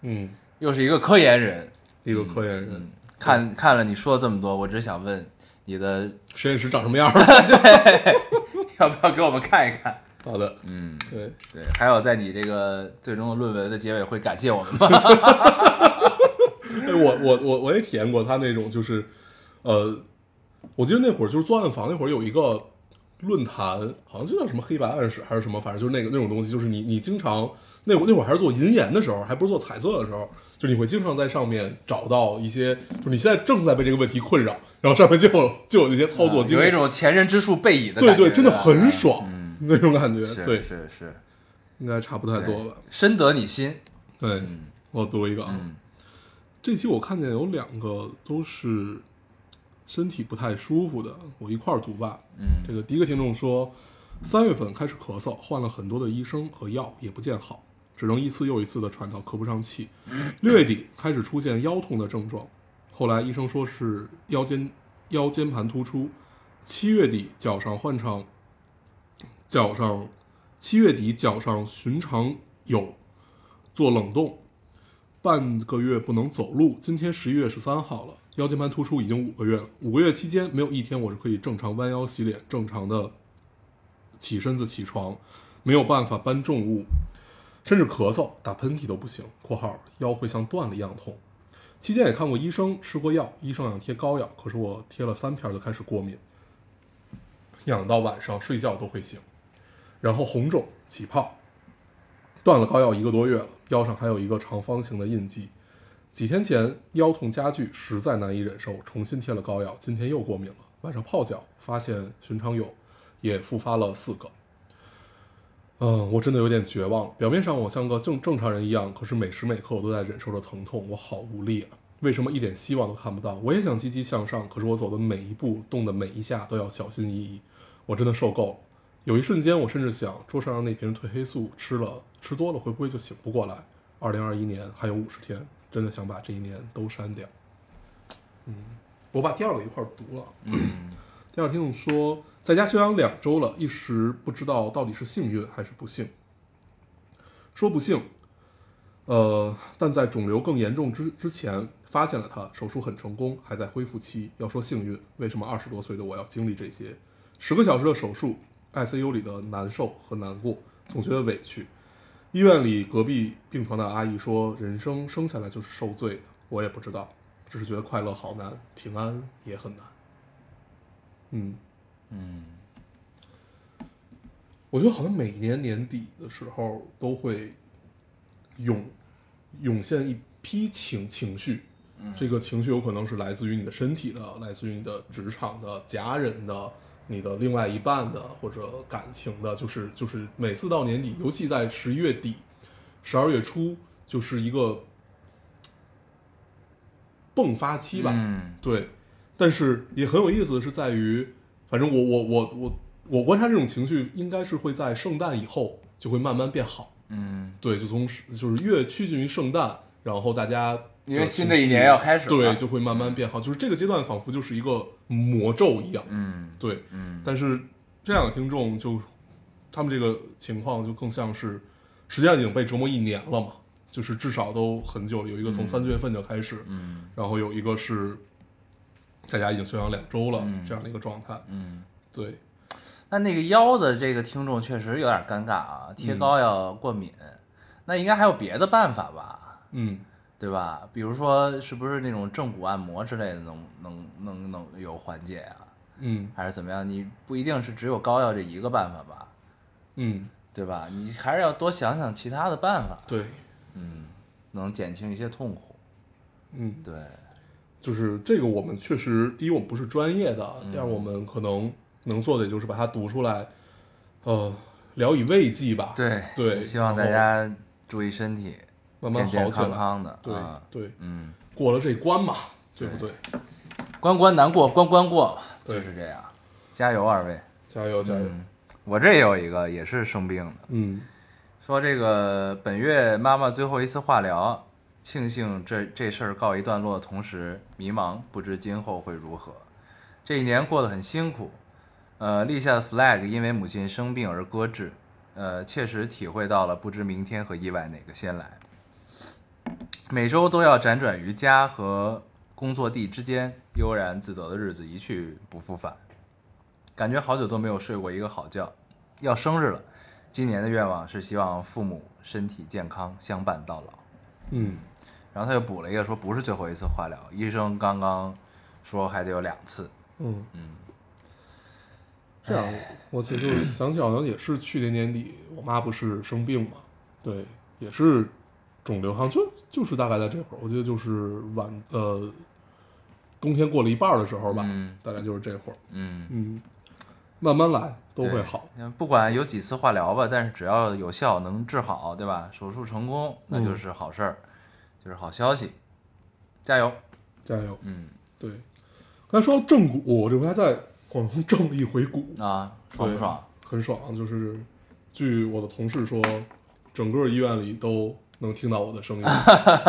[SPEAKER 2] 嗯，
[SPEAKER 1] 又是一个科研人。
[SPEAKER 2] 一个科研
[SPEAKER 1] 嗯
[SPEAKER 2] 人，
[SPEAKER 1] 看看了你说了这么多，我只想问你的
[SPEAKER 2] 实验室长什么样
[SPEAKER 1] 嗯
[SPEAKER 2] 儿？
[SPEAKER 1] 要不要给我们看一看？
[SPEAKER 2] 好的，
[SPEAKER 1] 嗯，
[SPEAKER 2] 对，
[SPEAKER 1] 对，还有在你这个最终的论文的结尾会感谢我们吗？
[SPEAKER 2] 哎，我我我我也体验过他那种，就是，呃，我记得那会儿就是做暗访那会儿有一个论坛，好像就叫什么黑白暗史还是什么，反正就是那个那种东西，就是你你经常那会那会儿还是做银研的时候，还不是做彩色的时候，就你会经常在上面找到一些，就是你现在正在被这个问题困扰，然后上面就有就有一些操作经
[SPEAKER 1] 有一
[SPEAKER 2] 验，
[SPEAKER 1] 种前人之树背倚的
[SPEAKER 2] 对
[SPEAKER 1] 感觉，
[SPEAKER 2] 对，真的
[SPEAKER 1] 吧
[SPEAKER 2] 很爽、
[SPEAKER 1] 嗯，
[SPEAKER 2] 那种感觉，
[SPEAKER 1] 是
[SPEAKER 2] 对，
[SPEAKER 1] 是是，
[SPEAKER 2] 应该差不太多吧。
[SPEAKER 1] 深得你心，
[SPEAKER 2] 对，我读一个啊，
[SPEAKER 1] 嗯
[SPEAKER 2] 这期我看见有两个都是身体不太舒服的，我一块儿读吧。
[SPEAKER 1] 嗯
[SPEAKER 2] 这个第一个听众说，三月份开始咳嗽，换了很多的医生和药，也不见好，只能一次又一次的喘到咳不上气。六月底开始出现腰痛的症状，后来医生说是腰间腰间盘突出。七月底脚上换上脚上，七月底脚上寻常有做冷冻，半个月不能走路。今天十一月十三号了，腰间盘突出已经五个月了。五个月期间，没有一天我是可以正常弯腰、洗脸、正常的起身子、起床，没有办法搬重物，甚至咳嗽、打喷嚏都不行。（括号腰会像断了一样痛。）期间也看过医生，吃过药，医生让贴膏药，可是我贴了三片就开始过敏，痒到晚上睡觉都会醒，然后红肿、起泡，断了膏药一个多月了，腰上还有一个长方形的印记。几天前腰痛加剧，实在难以忍受，重新贴了膏药，今天又过敏了。晚上泡脚发现寻常疣，也复发了四个。嗯，我真的有点绝望了。表面上我像个正正常人一样，可是每时每刻我都在忍受着疼痛，我好无力啊！为什么一点希望都看不到？我也想积极向上，可是我走的每一步、动的每一下都要小心翼翼，我真的受够了。有一瞬间，我甚至想，桌上那瓶褪黑素吃了吃多了，会不会就醒不过来？二零二一年还有五十天，真的想把这一年都删掉。嗯，我把第二个一块儿读了。第二听众说，在家休养两周了，一时不知道到底是幸运还是不幸。说不幸，呃，但在肿瘤更严重之之前发现了它，手术很成功，还在恢复期。要说幸运，为什么二十多岁的我要经历这些？十个小时的手术，ICU 里的难受和难过，总觉得委屈。医院里隔壁病床的阿姨说，人生生下来就是受罪的。我也不知道，只是觉得快乐好难，平安也很难。嗯，
[SPEAKER 1] 嗯，
[SPEAKER 2] 我觉得好像每年年底的时候都会涌涌现一批情情绪，这个情绪有可能是来自于你的身体的，来自于你的职场的、家人的、你的另外一半的或者感情的，就是就是每次到年底，尤其在十一月底、十二月初，就是一个迸发期吧。
[SPEAKER 1] 嗯
[SPEAKER 2] 对，但是也很有意思的是在于，反正我我我我我观察这种情绪，应该是会在圣诞以后就会慢慢变好。
[SPEAKER 1] 嗯，
[SPEAKER 2] 对，就从十就是越趋近于圣诞，然后大家
[SPEAKER 1] 因为
[SPEAKER 2] 就
[SPEAKER 1] 新的
[SPEAKER 2] 情
[SPEAKER 1] 一
[SPEAKER 2] 绪
[SPEAKER 1] 年要开始了，
[SPEAKER 2] 对就会慢慢变好，就是这个阶段仿佛就是一个魔咒一样。
[SPEAKER 1] 嗯
[SPEAKER 2] 对，
[SPEAKER 1] 嗯
[SPEAKER 2] 但是这两个听众就他们这个情况就更像是，实际上已经被折磨一年了嘛，就是至少都很久了。有一个从三月份就开始，
[SPEAKER 1] 嗯
[SPEAKER 2] 然后有一个是在家已经休养两周了、
[SPEAKER 1] 嗯
[SPEAKER 2] 这样的一个状态。
[SPEAKER 1] 嗯。
[SPEAKER 2] 对，
[SPEAKER 1] 那那个腰的这个听众确实有点尴尬啊，贴膏药过敏，那应该还有别的办法吧？
[SPEAKER 2] 嗯，
[SPEAKER 1] 对吧？比如说，是不是那种正骨按摩之类的能能能能有缓解啊？
[SPEAKER 2] 嗯
[SPEAKER 1] 还是怎么样？你不一定是只有膏药这一个办法吧？
[SPEAKER 2] 嗯，
[SPEAKER 1] 对吧？你还是要多想想其他的办法，
[SPEAKER 2] 对，
[SPEAKER 1] 嗯，能减轻一些痛苦。
[SPEAKER 2] 嗯，
[SPEAKER 1] 对，
[SPEAKER 2] 就是这个，我们确实，第一，我们不是专业的；
[SPEAKER 1] 嗯
[SPEAKER 2] 第二，我们可能能做的也就是把它读出来，呃，聊以慰藉吧。，
[SPEAKER 1] 对
[SPEAKER 2] 对
[SPEAKER 1] 希望大家注意身体，
[SPEAKER 2] 慢慢
[SPEAKER 1] 健健
[SPEAKER 2] 好起
[SPEAKER 1] 康
[SPEAKER 2] 来。
[SPEAKER 1] 康的。
[SPEAKER 2] 对
[SPEAKER 1] 啊、
[SPEAKER 2] 对，
[SPEAKER 1] 嗯，
[SPEAKER 2] 过了这关嘛，对不对？
[SPEAKER 1] 关关难过关关过，
[SPEAKER 2] 对
[SPEAKER 1] 就是这样。加油，二位！
[SPEAKER 2] 加油加油！
[SPEAKER 1] 嗯，我这也有一个，也是生病的，
[SPEAKER 2] 嗯
[SPEAKER 1] 说这个本月妈妈最后一次化疗，庆幸这这事儿告一段落，同时迷茫，不知今后会如何。这一年过得很辛苦，呃，立下的 flag 因为母亲生病而搁置，呃，切实体会到了不知明天和意外哪个先来。每周都要辗转于家和工作地之间，悠然自得的日子一去不复返，感觉好久都没有睡过一个好觉。要生日了，今年的愿望是希望父母身体健康，相伴到老。
[SPEAKER 2] 嗯
[SPEAKER 1] 然后他又补了一个说，不是最后一次化疗，医生刚刚说还得有两次。
[SPEAKER 2] 嗯，这样，我其实想起好像也是去年年底，我妈不是生病嘛，对，也是肿瘤，好像就就是大概在这会儿，我记得就是晚呃冬天过了一半儿的时候吧，
[SPEAKER 1] 嗯
[SPEAKER 2] 大概就是这会儿，
[SPEAKER 1] 嗯，
[SPEAKER 2] 嗯，慢慢来都会
[SPEAKER 1] 对
[SPEAKER 2] 好，。
[SPEAKER 1] 嗯不管有几次化疗吧，但是只要有效能治好，对吧？手术成功那就是好事儿，就是好消息，加油！
[SPEAKER 2] 加油！
[SPEAKER 1] 嗯
[SPEAKER 2] 对，刚才说到正骨，我这回还在 广东正了一回骨，
[SPEAKER 1] 啊，爽不
[SPEAKER 2] 对
[SPEAKER 1] 爽？？
[SPEAKER 2] 很爽，就是据我的同事说，整个医院里都能听到我的 声音，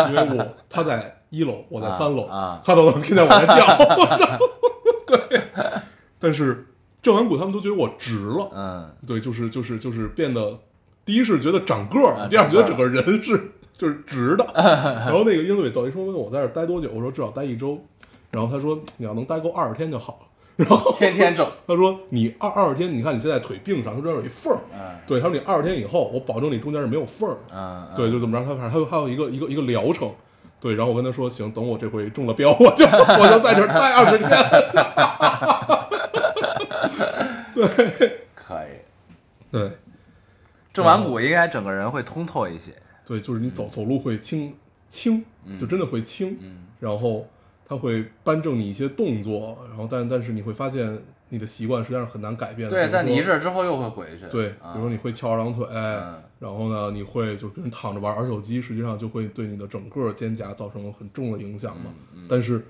[SPEAKER 2] 因为我他在一楼，我在三楼，
[SPEAKER 1] 啊啊
[SPEAKER 2] 他都能听见我 在叫。对，但是正完骨他们都觉得我直了，
[SPEAKER 1] 嗯，
[SPEAKER 2] 对，就是就是就是变得，第一是觉得长个儿，
[SPEAKER 1] 啊
[SPEAKER 2] 第二觉得整
[SPEAKER 1] 长
[SPEAKER 2] 个人是就是直 的。然后那个英子伟导游说问我在这儿待多久，我说至少待一周，然后他说你要能待够二十天就好了。
[SPEAKER 1] 天天整，
[SPEAKER 2] 他说你二二十天，你看你现在腿病上，它这儿有一缝儿，
[SPEAKER 1] 嗯
[SPEAKER 2] 对，他说你二十天以后，我保证你中间是没有缝儿的，
[SPEAKER 1] 嗯，
[SPEAKER 2] 对，就怎么着，他反正还有还有一个一个一个疗程，对，然后我跟他说，行，等我这回中了标，我就 我就在这儿待二十 天，
[SPEAKER 1] 可以。
[SPEAKER 2] 对
[SPEAKER 1] 正完骨应该整个人会通透一些，
[SPEAKER 2] 对，就是你走走路会轻轻，就真的会轻，
[SPEAKER 1] 嗯
[SPEAKER 2] 然后他会扳正你一些动作，然后但但是你会发现你的习惯实际上是很难改变的，
[SPEAKER 1] 对，
[SPEAKER 2] 比如
[SPEAKER 1] 但你一
[SPEAKER 2] 说
[SPEAKER 1] 阵儿之后又会回去。
[SPEAKER 2] 对，
[SPEAKER 1] 啊
[SPEAKER 2] 比如说你会翘二郎腿，
[SPEAKER 1] 嗯
[SPEAKER 2] 然后呢，你会就跟躺着玩玩手机，实际上就会对你的整个肩胛造成很重的影响嘛。
[SPEAKER 1] 嗯
[SPEAKER 2] 但是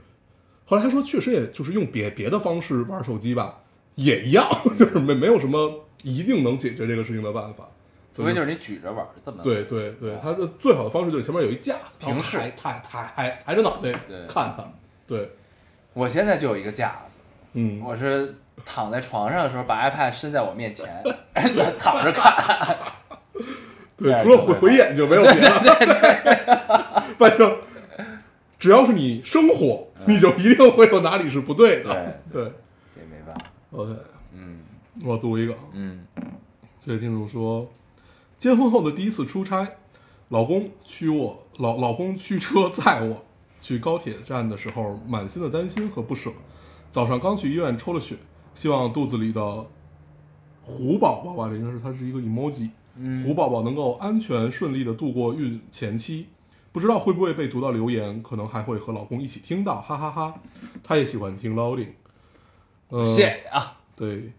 [SPEAKER 2] 后来他说，确实也就是用别别的方式玩手机吧，也一样， 就是
[SPEAKER 1] 嗯
[SPEAKER 2] 没没有什么一定能解决这个事情的办法。
[SPEAKER 1] 除非就是你举着玩儿，这么
[SPEAKER 2] 对对对，他说最好的方式就是前面有一架子，然后
[SPEAKER 1] 嗯哦平视
[SPEAKER 2] 抬抬抬抬抬着脑袋
[SPEAKER 1] 对
[SPEAKER 2] 看他。对，
[SPEAKER 1] 我现在就有一个架子，
[SPEAKER 2] 嗯，
[SPEAKER 1] 我是躺在床上的时候，把 iPad 伸在我面前， 躺着看。 这，
[SPEAKER 2] 对
[SPEAKER 1] 样
[SPEAKER 2] 除了
[SPEAKER 1] 就
[SPEAKER 2] 回
[SPEAKER 1] 会
[SPEAKER 2] 回
[SPEAKER 1] 好
[SPEAKER 2] 眼睛没有别的。 反正只要是你生活，你就一定会有哪里是不对的。嗯对
[SPEAKER 1] 这没办法。
[SPEAKER 2] ，OK，
[SPEAKER 1] 嗯
[SPEAKER 2] 我读一个啊，
[SPEAKER 1] 嗯
[SPEAKER 2] 这位听众说，结婚后的第一次出差，老公驱我老老公驱车载我去高铁站的时候，满心的担心和不舍。早上刚去医院抽了血，希望肚子里的虎宝宝吧，这应该是它是一个 emoji，、虎
[SPEAKER 1] 嗯
[SPEAKER 2] 宝宝能够安全顺利的度过孕前期。不知道会不会被读到留言，可能还会和老公一起听到，哈哈哈他也喜欢听 loading，呃，
[SPEAKER 1] 谢谢啊，
[SPEAKER 2] 对，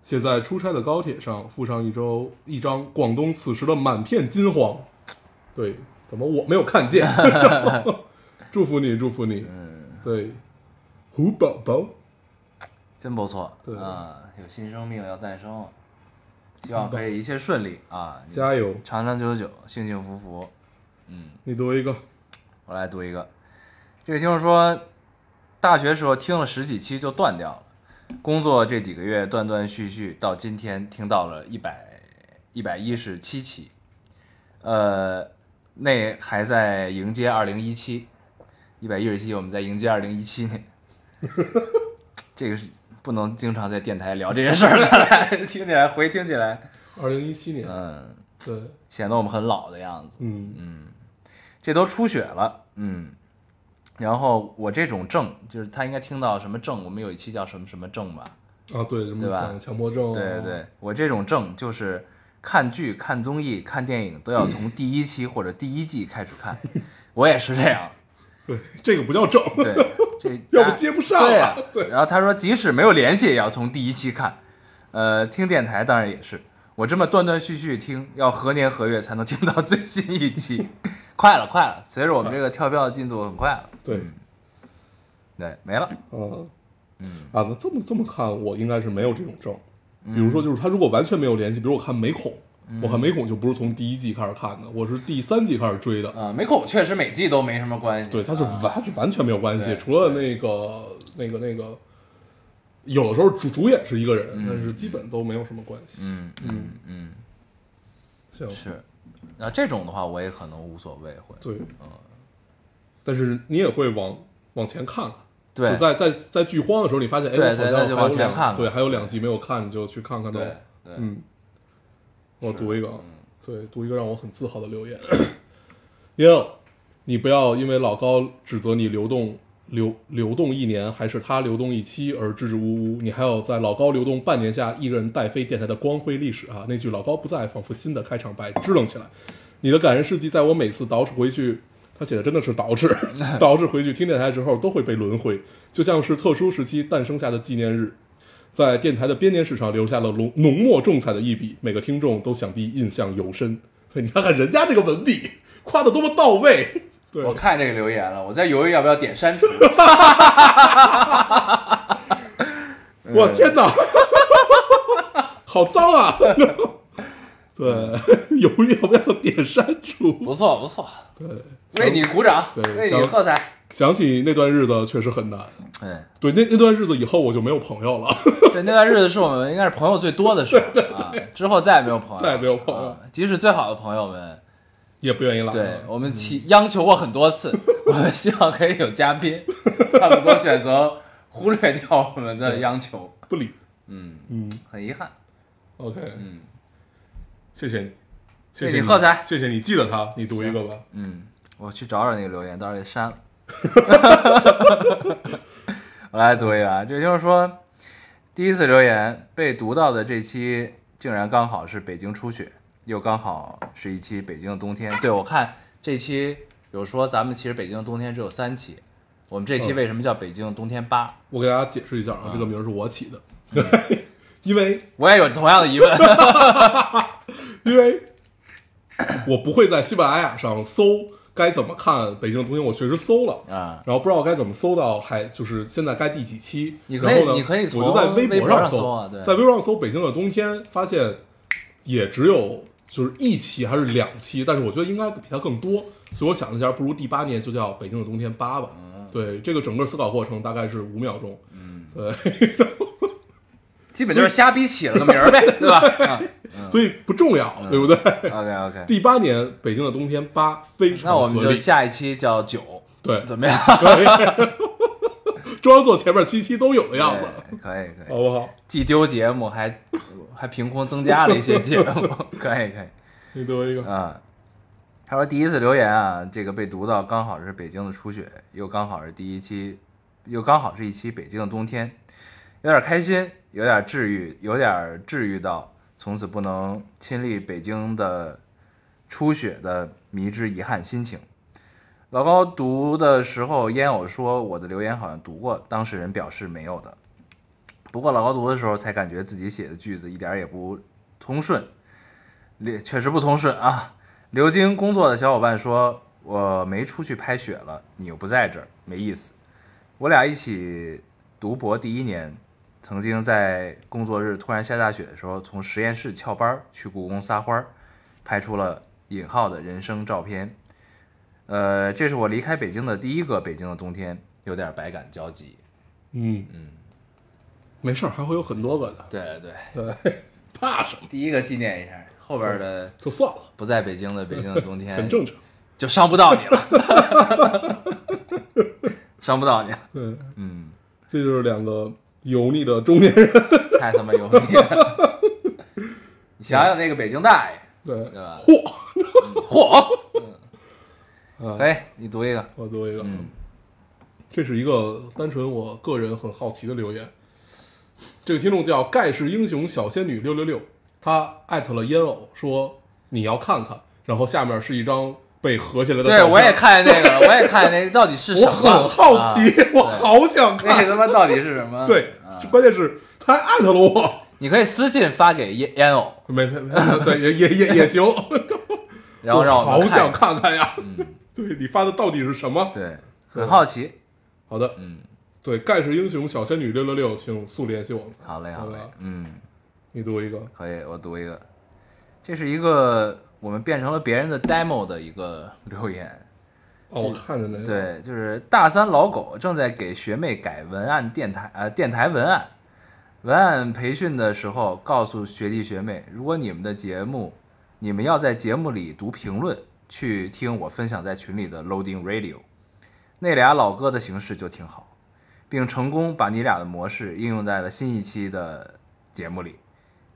[SPEAKER 2] 写在出差的高铁上，附上一周一张广东此时的满片金黄。对，怎么我没有看见？ 祝福你，祝福你。
[SPEAKER 1] 嗯，
[SPEAKER 2] 对，虎宝宝，
[SPEAKER 1] 真不错
[SPEAKER 2] 对
[SPEAKER 1] 啊，有新生命要诞生了，希望可以一切顺利啊，
[SPEAKER 2] 嗯加油！
[SPEAKER 1] 长长久久，幸幸福福。嗯。
[SPEAKER 2] 你读一个，
[SPEAKER 1] 我来读一个，这个听众说，大学时候听了十几期就断掉了，工作这几个月断断续续，到今天听到了一百一百一十七期，呃，那还在迎接二零一七，一百一十七，我们在迎接二零一七年， 这个是不能经常在电台聊这些事儿了， 听起来回听起来，
[SPEAKER 2] 二零一七年。
[SPEAKER 1] 嗯，
[SPEAKER 2] 对，
[SPEAKER 1] 显得我们很老的样子。
[SPEAKER 2] 嗯
[SPEAKER 1] 这都出血了，嗯。然后我这种症，就是他应该听到什么症，我们有一期叫什么什么症吧？
[SPEAKER 2] 啊，对，什么
[SPEAKER 1] 对吧
[SPEAKER 2] 想强迫症、啊？
[SPEAKER 1] 对对对，我这种症就是看剧、看综艺、看电影都要从第一期或者第一季开始 看，我也是这样。
[SPEAKER 2] 对，这个不叫症。
[SPEAKER 1] 对，这
[SPEAKER 2] 要不接不上
[SPEAKER 1] 对
[SPEAKER 2] 了
[SPEAKER 1] 啊。
[SPEAKER 2] 对，
[SPEAKER 1] 然后他说，即使没有联系，也要从第一期看。呃，听电台当然也是，我这么断断续续听，要何年何月才能听到最新一 期？快了，快了！随着我们这个跳票进度，很快了。
[SPEAKER 2] 对，
[SPEAKER 1] 对，没了。
[SPEAKER 2] 啊，
[SPEAKER 1] 嗯
[SPEAKER 2] 啊，那这么这么看，我应该是没有这种症。比如
[SPEAKER 1] 嗯
[SPEAKER 2] 说，就是他如果完全没有联系，比如我看美恐，我看美恐就不是从第一季开始看的，我是第三季开始追的。
[SPEAKER 1] 啊，美恐确实每季都没什么关系。
[SPEAKER 2] 对，它是完它是完全没有关系
[SPEAKER 1] 对，
[SPEAKER 2] 除了那个那个那个，有的时候主主演是一个人，但是基本都没有什么关系。
[SPEAKER 1] 嗯嗯嗯，
[SPEAKER 2] 行，
[SPEAKER 1] 是。那这种的话，我也可能无所谓会。
[SPEAKER 2] 对，但是你也会往往前看看。
[SPEAKER 1] 对
[SPEAKER 2] 就在在在剧荒的时候，你发现哎，
[SPEAKER 1] 对
[SPEAKER 2] 我好
[SPEAKER 1] 对那
[SPEAKER 2] 像
[SPEAKER 1] 就
[SPEAKER 2] 还
[SPEAKER 1] 往
[SPEAKER 2] 有
[SPEAKER 1] 前
[SPEAKER 2] 两
[SPEAKER 1] 看看
[SPEAKER 2] 对，还有两集没有看，你就去看看都。
[SPEAKER 1] 对对，
[SPEAKER 2] 嗯，我
[SPEAKER 1] 是嗯
[SPEAKER 2] 读一个，啊，对，读一个让我很自豪的留言。耶，你不要因为老高指责你流动流流动一年，还是他流动一期而支支吾吾？你还要在老高流动半年下，一个人带飞电台的光辉历史啊！那句“老高不在”，仿佛新的开场白支棱起来。你的感人事迹，在我每次捯饬回去，他写的真的是捯饬， 捯饬回去听电台的时候都会被轮回，就像是特殊时期诞生下的纪念日，在电台的编年史上留下了浓浓墨重彩的一笔，每个听众都想必印象尤深。所以你看看人家这个文笔夸的多么到位，对，
[SPEAKER 1] 我看这个留言了，我在犹豫要不要点删除。
[SPEAKER 2] 我天哪， 好脏啊！ 对，犹豫要不要点删除？
[SPEAKER 1] 不错不错，
[SPEAKER 2] 对，
[SPEAKER 1] 为你鼓掌，
[SPEAKER 2] 对
[SPEAKER 1] 为你
[SPEAKER 2] 想
[SPEAKER 1] 喝彩。
[SPEAKER 2] 想起那段日子确实很难。
[SPEAKER 1] 嗯，
[SPEAKER 2] 对，那那段日子以后我就没有朋友了。
[SPEAKER 1] 对，那段日子是我们应该是朋友最多的时 候啊，之后再也没有朋友，
[SPEAKER 2] 再也没有朋友
[SPEAKER 1] 啊即使最好的朋友们，
[SPEAKER 2] 也不愿意来。
[SPEAKER 1] 对，我
[SPEAKER 2] 嗯
[SPEAKER 1] 们祈央求过很多 次，我们希望可以有嘉宾，他们都选择忽略掉我们的央求，
[SPEAKER 2] 不理。
[SPEAKER 1] 嗯，
[SPEAKER 2] 嗯
[SPEAKER 1] 很遗憾。
[SPEAKER 2] ，OK，
[SPEAKER 1] 嗯
[SPEAKER 2] 谢谢你，谢
[SPEAKER 1] 为
[SPEAKER 2] 谢
[SPEAKER 1] 你喝彩
[SPEAKER 2] 谢谢你记得他，你读一个吧。
[SPEAKER 1] 嗯，我去找找那个留言，到时候给删了。 我来读一个啊，这就是说，第一次留言被读到的这期，竟然刚好是北京初雪，又刚好是一期北京的冬天。对，我看这期有说咱们其实北京的冬天只有三期，我们这期
[SPEAKER 2] 嗯
[SPEAKER 1] 为什么叫北京的冬天八？
[SPEAKER 2] 我给大家解释一下啊，这个名儿是我起的， 因为
[SPEAKER 1] 我也有同样的疑问。
[SPEAKER 2] 因为我不会在喜马拉雅上搜该怎么看北京的冬天，我确实搜了。
[SPEAKER 1] 啊，
[SPEAKER 2] 然后不知道该怎么搜到，还就是现在该第几期？
[SPEAKER 1] 你可以
[SPEAKER 2] 然后呢，
[SPEAKER 1] 你可以从
[SPEAKER 2] 我就在
[SPEAKER 1] 微
[SPEAKER 2] 博
[SPEAKER 1] 博上搜
[SPEAKER 2] 搜
[SPEAKER 1] 啊对
[SPEAKER 2] 在微博上搜北京的冬天，发现也只有就是一期还是两期，但是我觉得应该比它更多，所以我想了一下，不如第八年就叫北京的冬天八吧。
[SPEAKER 1] 嗯
[SPEAKER 2] 对，这个整个思考过程大概是五秒钟。嗯，对，
[SPEAKER 1] 基本就是瞎逼起了个名儿呗，对吧？啊
[SPEAKER 2] 所以不重要，
[SPEAKER 1] 嗯
[SPEAKER 2] 对不对？
[SPEAKER 1] OK OK，
[SPEAKER 2] 第八年北京的冬天八非常
[SPEAKER 1] 那我们
[SPEAKER 2] 合
[SPEAKER 1] 就
[SPEAKER 2] 理
[SPEAKER 1] 下一期叫九，
[SPEAKER 2] 对，
[SPEAKER 1] 怎么样？
[SPEAKER 2] 装作前面七期都有的样子，
[SPEAKER 1] 对可以可以，
[SPEAKER 2] 好不好？
[SPEAKER 1] 既丢节目还还凭空增加了一些节目，可以可以
[SPEAKER 2] 你得一个，
[SPEAKER 1] 啊。他说第一次留言啊，这个被读到刚好是北京的初雪，又刚好是第一期，又刚好是一期北京的冬天，有点开心，有点治愈，有点治愈到从此不能亲历北京的初雪的迷之遗憾心情。老高读的时候，烟偶说我的留言好像读过，当事人表示没有的。不过老高读的时候才感觉自己写的句子一点儿也不通顺，也确实不通顺啊。流经工作的小伙伴说：“我没出去拍雪了，你又不在这儿，没意思。”我俩一起读博第一年，曾经在工作日突然下大雪的时候，从实验室翘班儿去故宫撒欢儿，拍出了引号的人生照片。呃，这是我离开北京的第一个北京的冬天，有点百感交集。
[SPEAKER 2] 嗯嗯，没事儿，还会有很多个的，
[SPEAKER 1] 对对，
[SPEAKER 2] 对，怕什么？
[SPEAKER 1] 第一个纪念一下，后边的
[SPEAKER 2] 就算了，
[SPEAKER 1] 不在北京的北京的冬天，
[SPEAKER 2] 很正常。
[SPEAKER 1] 就伤不到你了，伤不到你了，
[SPEAKER 2] 对，
[SPEAKER 1] 嗯，
[SPEAKER 2] 这就是两个油腻的中 年人。
[SPEAKER 1] 太他妈油腻了。你想想那个北京大爷，
[SPEAKER 2] 对，
[SPEAKER 1] 对吧？
[SPEAKER 2] 嚯，
[SPEAKER 1] 嚯，
[SPEAKER 2] 啊
[SPEAKER 1] 可以，哎你读一个，
[SPEAKER 2] 我读一个，
[SPEAKER 1] 嗯，
[SPEAKER 2] 这是一个单纯我个人很好奇的留言。这个听众叫盖世英雄小仙女六六六，他艾特了烟偶说你要看看，然后下面是一张被合起来的照
[SPEAKER 1] 对
[SPEAKER 2] 片。
[SPEAKER 1] 我也看见那 个了，我也看见那个到底是什
[SPEAKER 2] 我
[SPEAKER 1] 么，
[SPEAKER 2] 很好奇，
[SPEAKER 1] 啊
[SPEAKER 2] 我好想
[SPEAKER 1] 那个
[SPEAKER 2] 看。
[SPEAKER 1] 他妈到底是什么？
[SPEAKER 2] 对
[SPEAKER 1] 啊，
[SPEAKER 2] 关键是他还艾特了我，
[SPEAKER 1] 你可以私信发给烟烟偶，
[SPEAKER 2] 没没没，对，也也也也行。
[SPEAKER 1] 然后让
[SPEAKER 2] 我
[SPEAKER 1] 我们
[SPEAKER 2] 好想
[SPEAKER 1] 看，
[SPEAKER 2] 看看呀，
[SPEAKER 1] 嗯，
[SPEAKER 2] 对你发的到底是什么？
[SPEAKER 1] 对，很好奇，
[SPEAKER 2] 好的，
[SPEAKER 1] 嗯，
[SPEAKER 2] 对，盖世英雄小仙女六六六，请速联系我们。
[SPEAKER 1] 好嘞，好嘞
[SPEAKER 2] 好吧，
[SPEAKER 1] 嗯。
[SPEAKER 2] 你读一个，
[SPEAKER 1] 可以，我读一个，这是一个我们变成了别人的 demo 的一个留言。
[SPEAKER 2] 哦，我看见那个，
[SPEAKER 1] 对，就是大三老狗正在给学妹改文案电台呃电台文案，文案培训的时候告诉学弟学妹，如果你们的节目，你们要在节目里读评论，去听我分享在群里的 Loading Radio，那俩老哥的形式就挺好，并成功把你俩的模式应用在了新一期的节目里。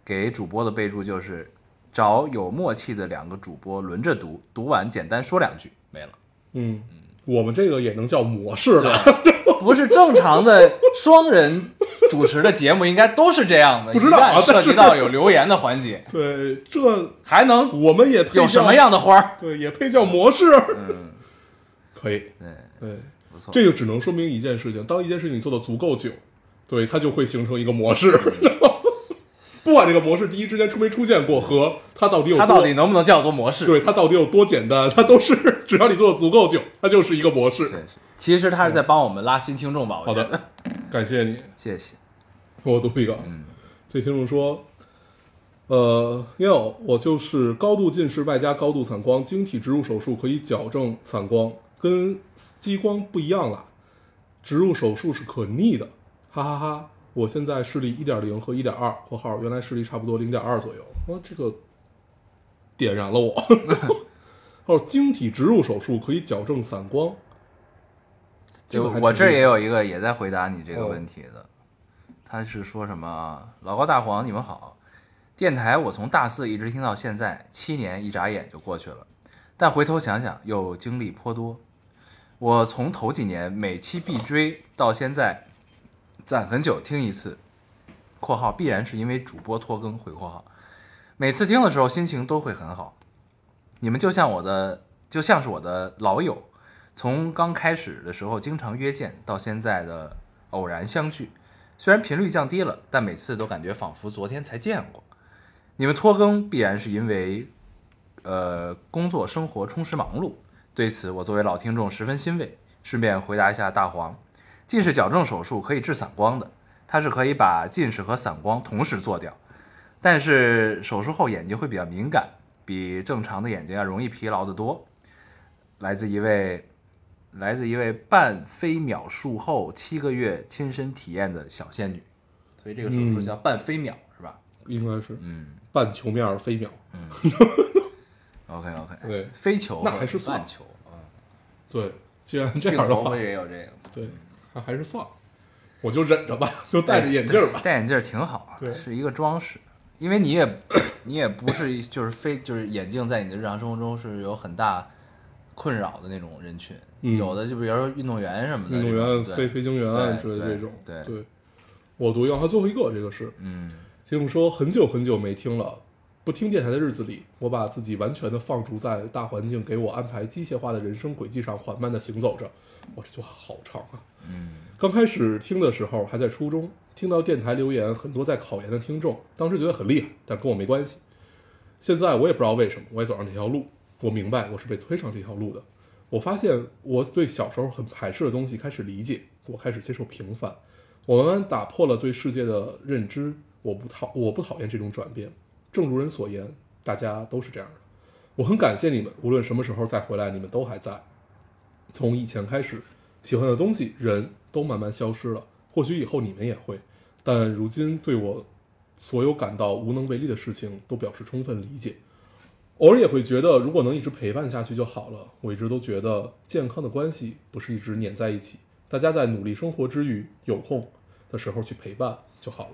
[SPEAKER 1] 给主播的备注就是找有默契的两个主播轮着读，读完简单说两句，没了。
[SPEAKER 2] 嗯，我们这个也能叫模式了，
[SPEAKER 1] 不是正常的双人主持的节目，应该都是这样的。
[SPEAKER 2] 不知道啊
[SPEAKER 1] 一旦涉
[SPEAKER 2] 但是
[SPEAKER 1] 及到有留言的环 节，
[SPEAKER 2] 对，这
[SPEAKER 1] 还能
[SPEAKER 2] 我们也配
[SPEAKER 1] 有什
[SPEAKER 2] 叫
[SPEAKER 1] 么？样的花儿？
[SPEAKER 2] 对，也配叫模式？
[SPEAKER 1] 嗯，
[SPEAKER 2] 可以，
[SPEAKER 1] 对，
[SPEAKER 2] 对，
[SPEAKER 1] 不错。
[SPEAKER 2] 这个只能说明一件事情：当一件事情你做的足够久，对它就会形成一个模式。
[SPEAKER 1] 嗯
[SPEAKER 2] 不管这个模式第一之前出没出现过和它到底有
[SPEAKER 1] 它
[SPEAKER 2] 多
[SPEAKER 1] 到底能不能叫做模式？
[SPEAKER 2] 对它到底有多简单，它都是只要你做的足够久，它就是一个模式。
[SPEAKER 1] 是，是其实他是在帮我们拉新听众吧？我
[SPEAKER 2] 好
[SPEAKER 1] 觉得，
[SPEAKER 2] 的，感谢你。
[SPEAKER 1] 谢谢。
[SPEAKER 2] 我读一个，
[SPEAKER 1] 嗯，
[SPEAKER 2] 这听众说，呃，你好，我就是高度近视外加高度散光，晶体植入手术可以矫正散光，跟激光不一样啦，植入手术是可逆的，哈哈哈我现在视力一点零和一点二（括号原来视力差不多零点二左右），哦，这个点燃 了我。哦，晶体植入手术可以矫正散光，这
[SPEAKER 1] 就
[SPEAKER 2] 个还
[SPEAKER 1] 我
[SPEAKER 2] 挺
[SPEAKER 1] 这儿
[SPEAKER 2] 厉
[SPEAKER 1] 也
[SPEAKER 2] 害
[SPEAKER 1] 有一个也在回答你这个
[SPEAKER 2] 哦
[SPEAKER 1] 问题的，他是说什么？老高大黄，你们好，电台我从大四一直听到现在，七年一眨眼就过去了，但回头想想又经历颇多。我从头几年每期必追到现在，攒很久听一次（括号必然是因为主播拖更）回括号，每次听的时候心情都会很好。你们就像我的，就像是我的老友，从刚开始的时候经常约见，到现在的偶然相聚，虽然频率降低了，但每次都感觉仿佛昨天才见过。你们拖更必然是因为，呃，工作生活充实忙碌。对此，我作为老听众十分欣慰。顺便回答一下大黄，近视矫正手术可以治散光的，它是可以把近视和散光同时做掉，但是手术后眼睛会比较敏感，比正常的眼睛要容易疲劳得多。来自一位来自一位半飞秒术后七个月亲身体验的小仙女，所以这个手术
[SPEAKER 2] 嗯
[SPEAKER 1] 叫半飞秒、是吧？
[SPEAKER 2] 应该是
[SPEAKER 1] 嗯
[SPEAKER 2] 半球面儿飞秒，
[SPEAKER 1] ，OK OK，
[SPEAKER 2] 对
[SPEAKER 1] 飞球
[SPEAKER 2] 那
[SPEAKER 1] 和
[SPEAKER 2] 还是算
[SPEAKER 1] 半球，嗯
[SPEAKER 2] 对，既然 这
[SPEAKER 1] 镜
[SPEAKER 2] 样的
[SPEAKER 1] 头
[SPEAKER 2] 话
[SPEAKER 1] 不，也有这个吗？
[SPEAKER 2] 对，还还是算了，我就忍着吧，就戴着眼镜儿吧。
[SPEAKER 1] 戴眼镜儿挺好啊，
[SPEAKER 2] 对
[SPEAKER 1] 是一个装饰，因为你也你也不是就是非就是眼镜在你的日常生活中是有很大困扰的那种人群，
[SPEAKER 2] 嗯
[SPEAKER 1] 有的就比如说运动员什么的，
[SPEAKER 2] 运动员、
[SPEAKER 1] 对吧
[SPEAKER 2] 飞飞行员
[SPEAKER 1] 对
[SPEAKER 2] 之类的
[SPEAKER 1] 对
[SPEAKER 2] 这种，
[SPEAKER 1] 对
[SPEAKER 2] 对，我读一样，还最后一个，这个是
[SPEAKER 1] 嗯，
[SPEAKER 2] 听众说很久很久没听了，不听电台的日子里，我把自己完全的放逐在大环境给我安排机械化的人生轨迹上，缓慢的行走着。哇，这句话好长啊！嗯，刚开始听的时候还在初中，听到电台留言很多在考研的听众，当时觉得很厉害，但跟我没关系。现在我也不知道为什么，我也走上这条路，我明白我是被推上这条路的。我发现我对小时候很排斥的东西开始理解，我开始接受平凡，我慢慢打破了对世界的认知。我不讨我不讨厌这种转变，正如人所言，大家都是这样的。我很感谢你们，无论什么时候再回来，你们都还在。从以前开始，喜欢的东西、人都慢慢消失了。或许以后你们也会，但如今对我所有感到无能为力的事情都表示充分理解。偶尔也会觉得，如果能一直陪伴下去就好了。我一直都觉得，健康的关系不是一直粘在一起，大家在努力生活之余，有空的时候去陪伴就好了。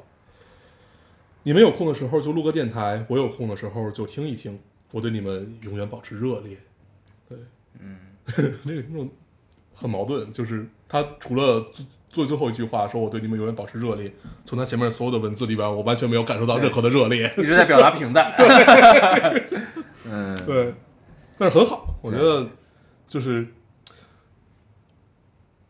[SPEAKER 2] 你们有空的时候就录个电台，我有空的时候就听一听。我对你们永远保持热烈。对，嗯， 这个听众很矛盾，就是他除了最最最后一句话说我对你们永远保持热烈，从他前面所有的文字里边，我完全没有感受到任何的热烈。
[SPEAKER 1] 一直在表达平淡，嗯，
[SPEAKER 2] 对，但是很好，我觉得就是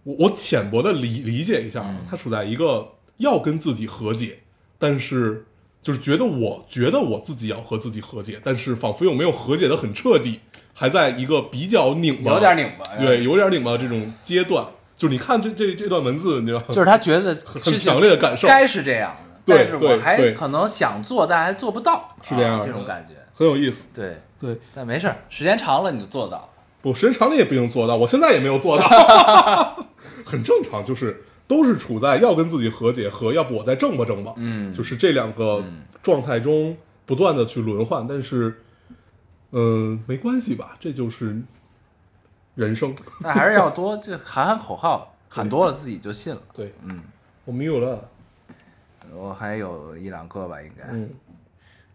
[SPEAKER 2] 我我浅薄的理理解一下，
[SPEAKER 1] 嗯
[SPEAKER 2] 啊，他处在一个要跟自己和解，但是就是觉得我觉得我自己要和自己和解，但是仿佛又没有和解的很彻底，还在一个比较拧巴，
[SPEAKER 1] 有点拧巴，哎
[SPEAKER 2] 对，，有点拧巴这种阶段。就是你看这这这段文字，你知道吗，
[SPEAKER 1] 就是他觉得
[SPEAKER 2] 很强烈的感受，
[SPEAKER 1] 该是这样的，
[SPEAKER 2] 对
[SPEAKER 1] 但是我
[SPEAKER 2] 对
[SPEAKER 1] 还
[SPEAKER 2] 对
[SPEAKER 1] 可能想做，但还做不到，
[SPEAKER 2] 是这
[SPEAKER 1] 啊
[SPEAKER 2] 样的
[SPEAKER 1] 这种感觉，
[SPEAKER 2] 很有意思。
[SPEAKER 1] 对，
[SPEAKER 2] 对，
[SPEAKER 1] 但没事儿，时间长了你就做到了，
[SPEAKER 2] 我时间长了也不一定做到，我现在也没有做到， 很正常，就是都是处在要跟自己和解和要不我再挣吧挣吧，
[SPEAKER 1] 嗯
[SPEAKER 2] 就是这两个状态中不断的去轮换，但是，嗯、没关系吧，这就是人生，
[SPEAKER 1] 但还是要多就喊喊口号，喊多了自己就信了。
[SPEAKER 2] 对
[SPEAKER 1] 嗯，
[SPEAKER 2] 我没有了，
[SPEAKER 1] 我还有一两个吧，应该。
[SPEAKER 2] 嗯，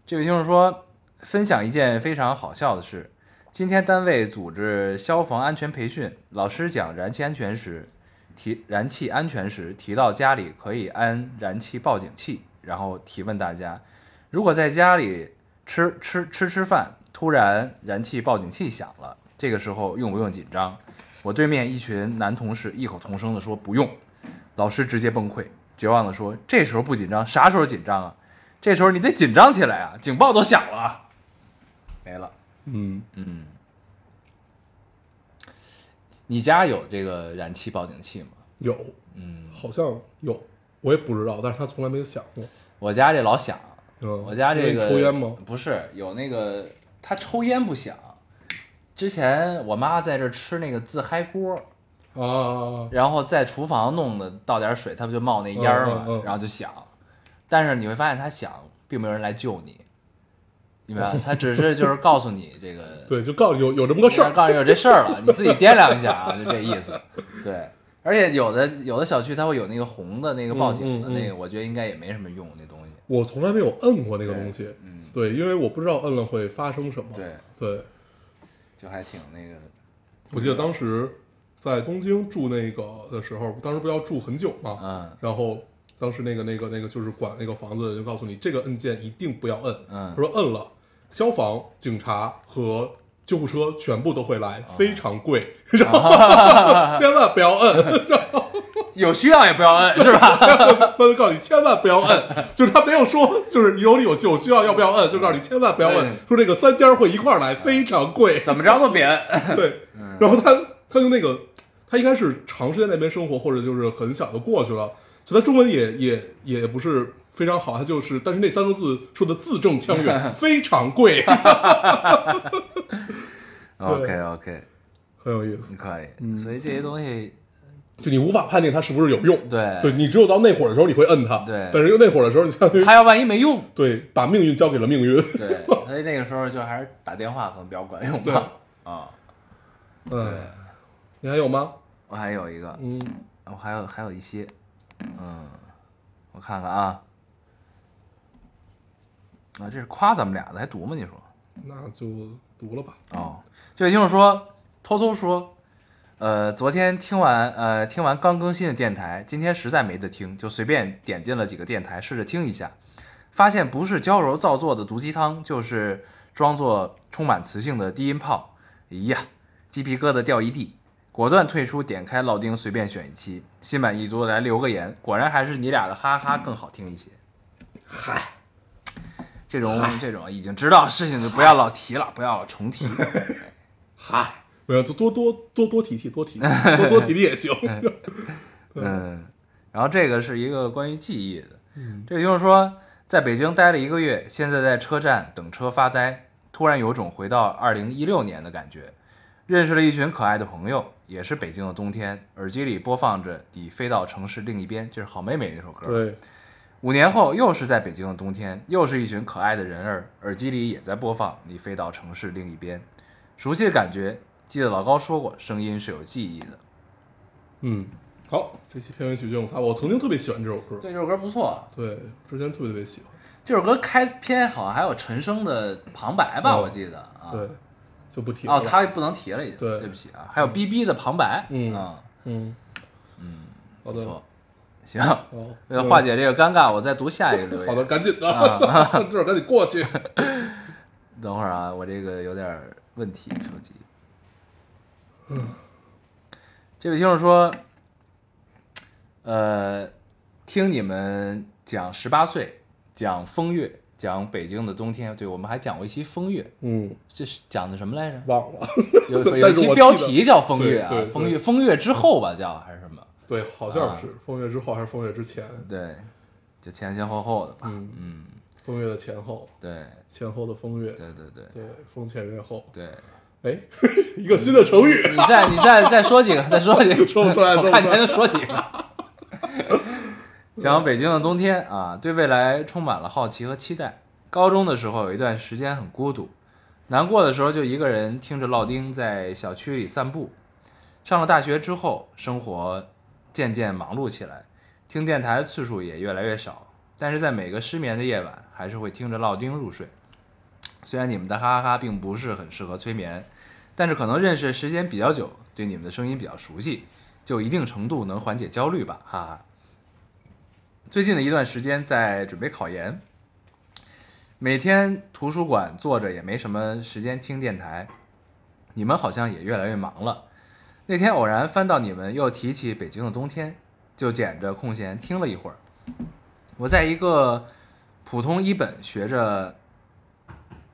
[SPEAKER 1] 这位听众说，分享一件非常好笑的事。今天单位组织消防安全培训，老师讲燃气安全时，提燃气安全时提到家里可以安燃气报警器，然后提问大家，如果在家里吃吃吃吃饭，突然燃气报警器响了，这个时候用不用紧张？我对面一群男同事异口同声地说不用，老师直接崩溃，绝望地说这时候不紧张，啥时候紧张啊？这时候你得紧张起来啊！警报都响了啊，没了。
[SPEAKER 2] 嗯，
[SPEAKER 1] 嗯，你家有这个燃气报警器吗？
[SPEAKER 2] 有，
[SPEAKER 1] 嗯，
[SPEAKER 2] 好像有，我也不知道，但是他从来没有响过。
[SPEAKER 1] 我家这老响。
[SPEAKER 2] 嗯，
[SPEAKER 1] 我家这
[SPEAKER 2] 因为
[SPEAKER 1] 个
[SPEAKER 2] 你抽烟吗？
[SPEAKER 1] 不是，有那个他抽烟不响。之前我妈在这儿吃那个自嗨锅，
[SPEAKER 2] 啊，
[SPEAKER 1] 然后在厨房弄的，倒点水，它不就冒那烟儿嘛，
[SPEAKER 2] 嗯嗯嗯
[SPEAKER 1] 然后就响。但是你会发现它响，并没有人来救你，明白吧？它只是就是告诉你这个
[SPEAKER 2] 对，就告诉有有这么个事
[SPEAKER 1] 但
[SPEAKER 2] 儿
[SPEAKER 1] 是。告诉你有这事儿了，你自己掂量一下啊，就这意思。对，而且有的有的小区它会有那个红的那个报警的
[SPEAKER 2] 嗯嗯嗯
[SPEAKER 1] 那个，我觉得应该也没什么用那东西。
[SPEAKER 2] 我从来没有摁过那个东西
[SPEAKER 1] 对，嗯，
[SPEAKER 2] 对，因为我不知道摁了会发生什么。
[SPEAKER 1] 对，
[SPEAKER 2] 对，
[SPEAKER 1] 就还挺那个，
[SPEAKER 2] 我记得当时在东京住那个的时候，当时不要住很久嘛，
[SPEAKER 1] 嗯
[SPEAKER 2] 然后当时那个那个那个就是管那个房子的人就告诉你，这个按键一定不要摁。
[SPEAKER 1] 嗯
[SPEAKER 2] 他说摁了，消防、警察和救护车全部都会来，
[SPEAKER 1] 啊
[SPEAKER 2] 非常贵，然后千万不要摁。
[SPEAKER 1] 有需要也不要摁，是吧？
[SPEAKER 2] 他就告诉你千万不要摁，就是他没有说就是有理有据，有需要要不要摁，就告诉你千万不要摁
[SPEAKER 1] 嗯。
[SPEAKER 2] 说这个三家会一块儿来，非常贵。
[SPEAKER 1] 怎么着都别 摁。
[SPEAKER 2] 对，然后他他就那个，他应该是长时间在那边生活，或者就是很小就过去了，所以他中文也也也不是非常好，他就是，但是那三个字说的字正腔圆，非常贵，
[SPEAKER 1] OK OK，
[SPEAKER 2] 很有意思。
[SPEAKER 1] 可
[SPEAKER 2] 嗯
[SPEAKER 1] 以。所以这些东西，
[SPEAKER 2] 就你无法判定它是不是有用，
[SPEAKER 1] 对
[SPEAKER 2] 对你只有到那会儿的时候你会摁它，
[SPEAKER 1] 对
[SPEAKER 2] 但是又那会儿的时候，你相当于
[SPEAKER 1] 他要万一没用，
[SPEAKER 2] 对把命运交给了命运，
[SPEAKER 1] 对，所以那个时候就还是打电话可能比较管用
[SPEAKER 2] 对
[SPEAKER 1] 吧。啊，
[SPEAKER 2] 嗯，你还有吗？
[SPEAKER 1] 我还有一个，
[SPEAKER 2] 嗯，
[SPEAKER 1] 我哦还有还有一些，嗯，我看看啊，啊，这是夸咱们俩的，还读吗？你说？
[SPEAKER 2] 那就读了吧。
[SPEAKER 1] 哦，这位听众说，偷偷说，呃，昨天听完呃听完刚更新的电台，今天实在没得听，就随便点进了几个电台试着听一下，发现不是娇柔造作的毒鸡汤，就是装作充满磁性的低音炮，咦呀，鸡皮疙瘩掉一地。果断退出，点开老丁随便选一期，心满意足地来留个言。果然还是你俩的哈哈更好听一些。
[SPEAKER 2] 嗨，
[SPEAKER 1] 这种这种已经知道的事情就不要老提了，不要老重提。
[SPEAKER 2] 嗨，没有，就多多多多提提，多提提，多多提提也行。
[SPEAKER 1] 嗯，然后这个是一个关于记忆的，这个就是说，在北京待了一个月，现在在车站等车发呆，突然有种回到二零一六年的感觉。认识了一群可爱的朋友，也是北京的冬天，耳机里播放着《你飞到城市另一边》，就是好妹妹那首歌。，
[SPEAKER 2] 对，
[SPEAKER 1] 五年后又是在北京的冬天，又是一群可爱的人儿，耳机里也在播放《你飞到城市另一边》，熟悉的感觉。记得老高说过，声音是有记忆的。
[SPEAKER 2] 嗯，好，这期片尾曲就用它。我曾经特别喜欢这首歌，
[SPEAKER 1] 对，这首歌不错，啊
[SPEAKER 2] 对，之前特别特别喜欢，
[SPEAKER 1] 这首歌开篇好像还有陈升的旁白吧，
[SPEAKER 2] 嗯
[SPEAKER 1] 我记得啊。
[SPEAKER 2] 对，就不提了。
[SPEAKER 1] 哦，他不能提了，已经。
[SPEAKER 2] 对
[SPEAKER 1] 对不起啊，还有 B B 的旁白。
[SPEAKER 2] 嗯
[SPEAKER 1] 啊，
[SPEAKER 2] 嗯嗯，好
[SPEAKER 1] 不
[SPEAKER 2] 的，
[SPEAKER 1] 错。行，
[SPEAKER 2] 好，
[SPEAKER 1] 为了化解这个尴尬，我再读下一个留
[SPEAKER 2] 嗯。
[SPEAKER 1] 言。
[SPEAKER 2] 好的，，赶紧的，
[SPEAKER 1] 啊
[SPEAKER 2] 这会儿赶紧过去。
[SPEAKER 1] 等会儿啊，我这个有点儿问题，手机。
[SPEAKER 2] 嗯
[SPEAKER 1] 这位听众说，呃，听你们讲十八岁，讲风月，讲北京的冬天，对我们还讲过一期风月，
[SPEAKER 2] 嗯，
[SPEAKER 1] 这是讲的什么来着？
[SPEAKER 2] 忘了。
[SPEAKER 1] 有
[SPEAKER 2] 但
[SPEAKER 1] 有一
[SPEAKER 2] 是
[SPEAKER 1] 期
[SPEAKER 2] 我
[SPEAKER 1] 标
[SPEAKER 2] 记得
[SPEAKER 1] 题叫《风月》啊
[SPEAKER 2] 对对，对
[SPEAKER 1] 《风月》《风月》之后吧，叫还是什么？
[SPEAKER 2] 对，好像
[SPEAKER 1] 啊
[SPEAKER 2] 是风月之后还是风月之前？
[SPEAKER 1] 对，就前前后后的吧。
[SPEAKER 2] 嗯，
[SPEAKER 1] 嗯，
[SPEAKER 2] 风月的前后，
[SPEAKER 1] 对，
[SPEAKER 2] 前后的风月，
[SPEAKER 1] 对对对
[SPEAKER 2] 对，风前月后。
[SPEAKER 1] 对。
[SPEAKER 2] 哎， 一个新的成语，
[SPEAKER 1] 你再你再再说几个，再说几个，
[SPEAKER 2] 说不出来
[SPEAKER 1] 我
[SPEAKER 2] 说不出来
[SPEAKER 1] 看你还能说几个。讲北京的冬天啊，对未来充满了好奇和期待。高中的时候有一段时间很孤独，难过的时候就一个人听着烙丁在小区里散步。上了大学之后，生活渐渐忙碌起来，听电台的次数也越来越少。但是在每个失眠的夜晚，还是会听着烙丁入睡。虽然你们的哈哈哈并不是很适合催眠，但是可能认识时间比较久，对你们的声音比较熟悉，就一定程度能缓解焦虑吧，哈哈。最近的一段时间在准备考研，每天图书馆坐着也没什么时间听电台，你们好像也越来越忙了。那天偶然翻到你们又提起北京的冬天，就捡着空闲听了一会儿。我在一个普通一本学着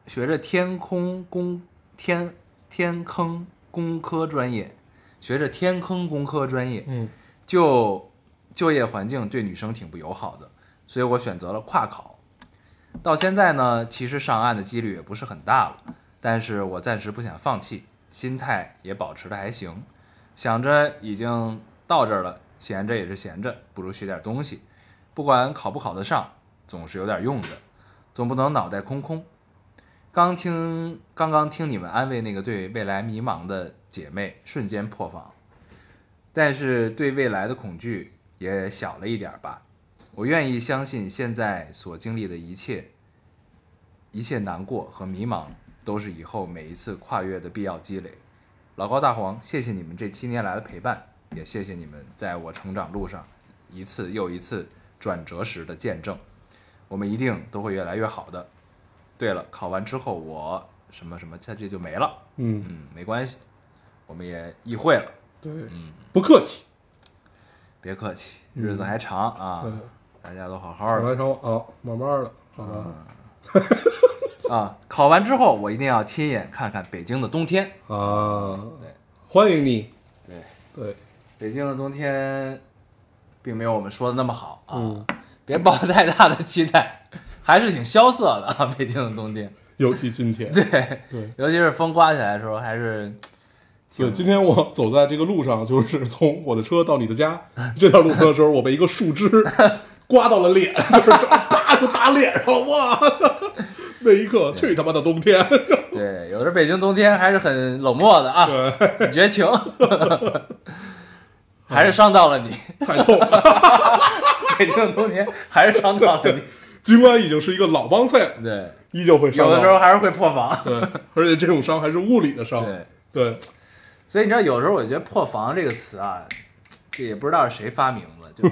[SPEAKER 1] 学着天空工天天坑工科专业，学着天坑工科专业，
[SPEAKER 2] 嗯
[SPEAKER 1] 就就业环境对女生挺不友好的，所以我选择了跨考。到现在呢，其实上岸的几率也不是很大了，但是我暂时不想放弃，心态也保持的还行，想着已经到这儿了，闲着也是闲着，不如学点东西，不管考不考得上，总是有点用的，总不能脑袋空空。刚听刚刚听你们安慰那个对未来迷茫的姐妹，瞬间破防。但是对未来的恐惧也小了一点儿吧。我愿意相信现在所经历的一切，一切难过和迷茫，都是以后每一次跨越的必要积累。老高、大黄，谢谢你们这七年来的陪伴，也谢谢你们在我成长路上一次又一次转折时的见证。我们一定都会越来越好的。对了，考完之后我什么什么，这这就没了。
[SPEAKER 2] 嗯，
[SPEAKER 1] 嗯，没关系，我们也意会了。
[SPEAKER 2] 对，
[SPEAKER 1] 嗯
[SPEAKER 2] 不客气，
[SPEAKER 1] 别客气，日子还长啊，
[SPEAKER 2] 嗯，
[SPEAKER 1] 大家都好
[SPEAKER 2] 好
[SPEAKER 1] 好
[SPEAKER 2] 来
[SPEAKER 1] 的
[SPEAKER 2] 稍啊，慢慢的，好
[SPEAKER 1] 嗯
[SPEAKER 2] 吧，
[SPEAKER 1] 啊。考完之后，我一定要亲眼看看北京的冬天。
[SPEAKER 2] 啊，
[SPEAKER 1] 对，
[SPEAKER 2] 欢迎你，
[SPEAKER 1] 对，
[SPEAKER 2] 对，
[SPEAKER 1] 北京的冬天，并没有我们说的那么好啊，
[SPEAKER 2] 嗯，
[SPEAKER 1] 别抱太大的期待，还是挺萧瑟的啊。北京的冬天，
[SPEAKER 2] 尤其今天，
[SPEAKER 1] 对，
[SPEAKER 2] 对
[SPEAKER 1] 尤其是风刮起来的时候，还是
[SPEAKER 2] 对，今天我走在这个路上，就是从我的车到你的家 这条路上的时候，我被一个树枝 刮到了脸， 就是这啪就打脸上了，哇！那一刻，去他妈的冬天！
[SPEAKER 1] 对，有的北京冬天还是很冷漠的啊，
[SPEAKER 2] 对，嗯
[SPEAKER 1] 很绝 情，还是伤到了你。
[SPEAKER 2] 太痛了。
[SPEAKER 1] 北京的冬天还是伤到了你。
[SPEAKER 2] 尽管已经是一个老帮菜，
[SPEAKER 1] 对，
[SPEAKER 2] 依旧会 伤
[SPEAKER 1] 有
[SPEAKER 2] 到。
[SPEAKER 1] 的时候还是会破防。
[SPEAKER 2] 对，而且这种伤还是物理的伤。
[SPEAKER 1] 对，
[SPEAKER 2] 对，
[SPEAKER 1] 所以你知道，有时候我觉得“破防”这个词啊，这也不知道是谁发明的， 就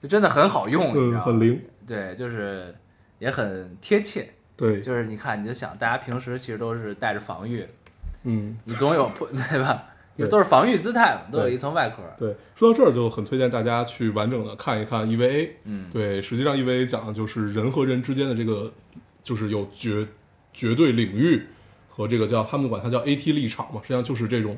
[SPEAKER 1] 就真的很好用，你知
[SPEAKER 2] 嗯，
[SPEAKER 1] 道
[SPEAKER 2] 很
[SPEAKER 1] 吗？
[SPEAKER 2] 灵。
[SPEAKER 1] 对，就是也很贴切。
[SPEAKER 2] 对，
[SPEAKER 1] 就是你看，你就想，大家平时其实都是带着防御，
[SPEAKER 2] 嗯，
[SPEAKER 1] 你总有破， 对吧？
[SPEAKER 2] 对
[SPEAKER 1] 都是防御姿态嘛，都有
[SPEAKER 2] 对
[SPEAKER 1] 一层外壳。
[SPEAKER 2] 对。说到这儿，就很推荐大家去完整的看一看 EVA。
[SPEAKER 1] 嗯，
[SPEAKER 2] 对，实际上 EVA 讲的就是人和人之间的这个，就是有绝绝对领域和这个叫他们管它叫 AT 立场嘛，实际上就是这种，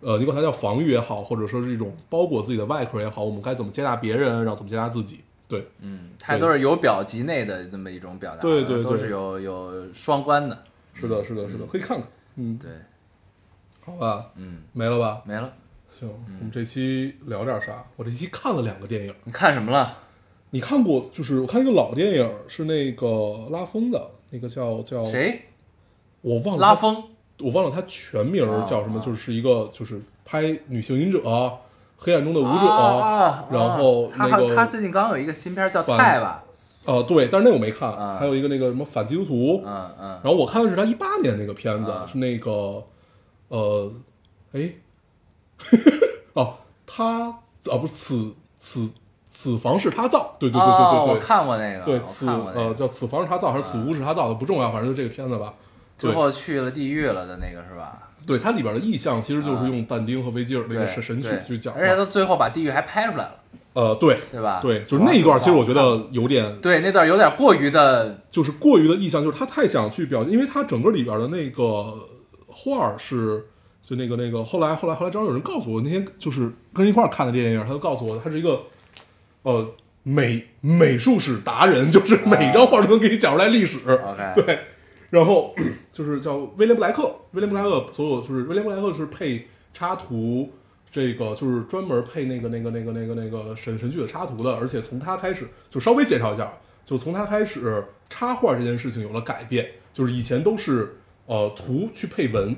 [SPEAKER 2] 呃，你管它叫防御也好，或者说是一种包裹自己的外壳也好，我们该怎么接纳别人，然后怎么接纳自己。对，
[SPEAKER 1] 嗯，它都是由表及内的那么一种表达，
[SPEAKER 2] 对对对
[SPEAKER 1] 都是有有双关的。
[SPEAKER 2] 是的，是的，是的，可以看看，嗯，
[SPEAKER 1] 对，
[SPEAKER 2] 好吧，
[SPEAKER 1] 嗯，
[SPEAKER 2] 没了吧？
[SPEAKER 1] 没了。
[SPEAKER 2] 行，我们这期聊点啥？我这期看了两个电影，
[SPEAKER 1] 你看什么了？
[SPEAKER 2] 你看过？就是我看一个老电影，是那个拉风的，那个叫叫？
[SPEAKER 1] 谁？
[SPEAKER 2] 我哦忘了他
[SPEAKER 1] 拉风。
[SPEAKER 2] 我忘了他全名儿叫什么，
[SPEAKER 1] 啊啊
[SPEAKER 2] 就是一个就是拍《女性隐者》《黑暗中的舞者》
[SPEAKER 1] 啊啊
[SPEAKER 2] 哦然后
[SPEAKER 1] 他
[SPEAKER 2] 那
[SPEAKER 1] 好他
[SPEAKER 2] 个
[SPEAKER 1] 最近刚有一个新片叫《
[SPEAKER 2] 反
[SPEAKER 1] 泰》吧？
[SPEAKER 2] 呃对，但是那我没看，
[SPEAKER 1] 啊
[SPEAKER 2] 还有一个那个什么反基督徒，
[SPEAKER 1] 嗯嗯
[SPEAKER 2] 然，后我看的是他一八年那个片子，
[SPEAKER 1] 啊
[SPEAKER 2] 是那个呃，哎， 哦，他啊不是此此此房是他造，对对对
[SPEAKER 1] 哦
[SPEAKER 2] 对对
[SPEAKER 1] 我
[SPEAKER 2] 对，
[SPEAKER 1] 看过那个，
[SPEAKER 2] 对
[SPEAKER 1] 我
[SPEAKER 2] 此
[SPEAKER 1] 看过
[SPEAKER 2] 呃
[SPEAKER 1] 那个，嗯
[SPEAKER 2] 叫此房是他造还是此屋是他造的不重要，反正就这个片子吧。
[SPEAKER 1] 最
[SPEAKER 2] 对
[SPEAKER 1] 后去了地狱了的那个是吧？
[SPEAKER 2] 对它里边的意象其实就是用但丁和维吉尔那
[SPEAKER 1] 嗯对，
[SPEAKER 2] 个神神曲
[SPEAKER 1] 对
[SPEAKER 2] 去讲的，
[SPEAKER 1] 而且他啊最后把地狱还拍出来了，
[SPEAKER 2] 呃，对
[SPEAKER 1] 对吧
[SPEAKER 2] 对，就是那一段，其实我觉得有点，
[SPEAKER 1] 对那段有点过于的，
[SPEAKER 2] 就是过于的意象，就是他太想去表现，因为他整个里边的那个画儿是，就那个那个，后来后来后来，正好有人告诉我，那天就是跟人一块儿看的电影，他就告诉我，他是一个，呃，美美术史达人，就是每张画都能给你讲出来历史。
[SPEAKER 1] 啊 OK
[SPEAKER 2] 对，然后就是叫威廉布莱克，威廉布莱克所有就是威廉布莱克是配插图，这个就是专门配那个那个那个那个那个神神剧的插图的，而且从他开始就稍微介绍一下，就从他开始插画这件事情有了改变，就是以前都是呃图去配文，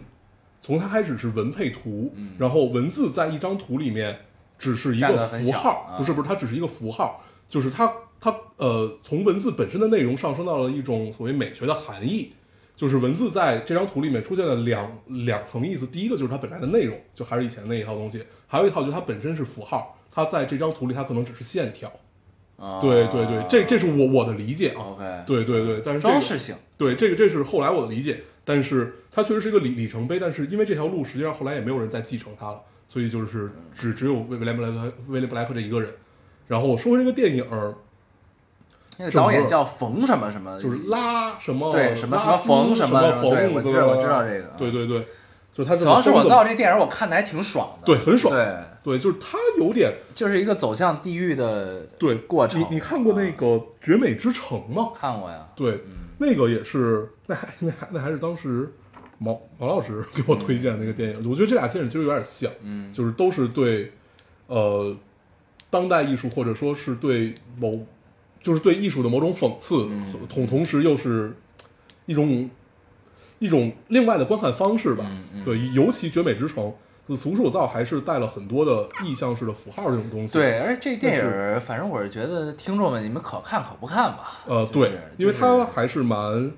[SPEAKER 2] 从它开始是文配图，然后文字在一张图里面只是
[SPEAKER 1] 嗯
[SPEAKER 2] 一
[SPEAKER 1] 占
[SPEAKER 2] 个
[SPEAKER 1] 得很
[SPEAKER 2] 符
[SPEAKER 1] 小
[SPEAKER 2] 号，
[SPEAKER 1] 啊
[SPEAKER 2] 不是不是，它只是一个符号，就是它它呃从文字本身的内容上升到了一种所谓美学的含义，就是文字在这张图里面出现了两两层意思，第一个就是它本来的内容，就还是以前那一套东西；还有一套就是它本身是符号，它在这张图里它可能只是线条。
[SPEAKER 1] 啊
[SPEAKER 2] 对对对，这这是我我的理解啊。
[SPEAKER 1] OK，
[SPEAKER 2] 对对对，但是、这个、
[SPEAKER 1] 装饰性，
[SPEAKER 2] 对，这个这是后来我的理解，但是它确实是一个里里程碑，但是因为这条路实际上后来也没有人再继承它了，所以就是只只有威威廉布莱克威廉布莱克这一个人。然后我说回这个电影儿，
[SPEAKER 1] 那个导演叫冯什么什么，
[SPEAKER 2] 就是拉什么
[SPEAKER 1] 对什么
[SPEAKER 2] 拉
[SPEAKER 1] 什么
[SPEAKER 2] 丝
[SPEAKER 1] 冯
[SPEAKER 2] 什
[SPEAKER 1] 什么
[SPEAKER 2] 冯，
[SPEAKER 1] 对我知道
[SPEAKER 2] 对吧
[SPEAKER 1] 我知道这个
[SPEAKER 2] 对对对，就是他这
[SPEAKER 1] 主
[SPEAKER 2] 么
[SPEAKER 1] 要是我
[SPEAKER 2] 疯
[SPEAKER 1] 知
[SPEAKER 2] 的
[SPEAKER 1] 道这电影，我看的还挺爽的，
[SPEAKER 2] 对很爽
[SPEAKER 1] 对，
[SPEAKER 2] 对，就是他有点
[SPEAKER 1] 就是一个走向地狱的
[SPEAKER 2] 对
[SPEAKER 1] 过程
[SPEAKER 2] 你你看过那
[SPEAKER 1] 啊
[SPEAKER 2] 个《绝美之城》吗？
[SPEAKER 1] 看过呀，
[SPEAKER 2] 对，那个也是，那还那还那还是当时毛毛老师给我推荐的那个电影。我觉得这俩电影其实有点像，
[SPEAKER 1] 嗯
[SPEAKER 2] 就是都是对呃当代艺术或者说是对某就是对艺术的某种讽刺，
[SPEAKER 1] 嗯
[SPEAKER 2] 同同时又是一种一种另外的观看方式吧。
[SPEAKER 1] 嗯嗯
[SPEAKER 2] 对，尤其《绝美之城》。俗世有造还是带了很多的意象式的符号这种东西，
[SPEAKER 1] 对，而且这电
[SPEAKER 2] 但
[SPEAKER 1] 影，反正我是觉得听众们你们可看可不看吧，
[SPEAKER 2] 呃，
[SPEAKER 1] 就
[SPEAKER 2] 对
[SPEAKER 1] 是，
[SPEAKER 2] 因
[SPEAKER 1] 就
[SPEAKER 2] 为
[SPEAKER 1] 是
[SPEAKER 2] 它还是蛮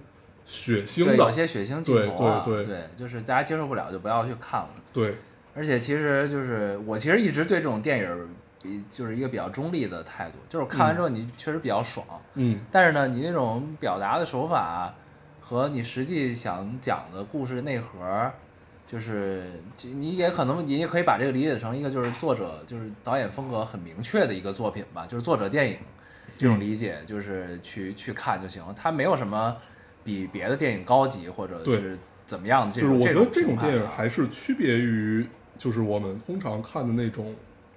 [SPEAKER 2] 血腥
[SPEAKER 1] 对
[SPEAKER 2] 的，
[SPEAKER 1] 有些血腥镜头啊，
[SPEAKER 2] 对对对
[SPEAKER 1] 对，就是大家接受不了就不要去看了。
[SPEAKER 2] 对，
[SPEAKER 1] 而且其实就是我其实一直对这种电影儿比就是一个比较中立的态度，就是看完之后你确实比较爽，
[SPEAKER 2] 嗯，
[SPEAKER 1] 但是呢，你那种表达的手法和你实际想讲的故事内核儿，就是就你也可能你也可以把这个理解成一个就是作者就是导演风格很明确的一个作品吧，就是作者电影这种理解，就是去去看就行，它没有什么比别的电影高级或者
[SPEAKER 2] 对
[SPEAKER 1] 是怎么样的这
[SPEAKER 2] 嗯就是
[SPEAKER 1] 种。
[SPEAKER 2] 我觉得这
[SPEAKER 1] 种评
[SPEAKER 2] 种
[SPEAKER 1] 判
[SPEAKER 2] 电影
[SPEAKER 1] 啊
[SPEAKER 2] 还是区别于就是我们通常看的那种，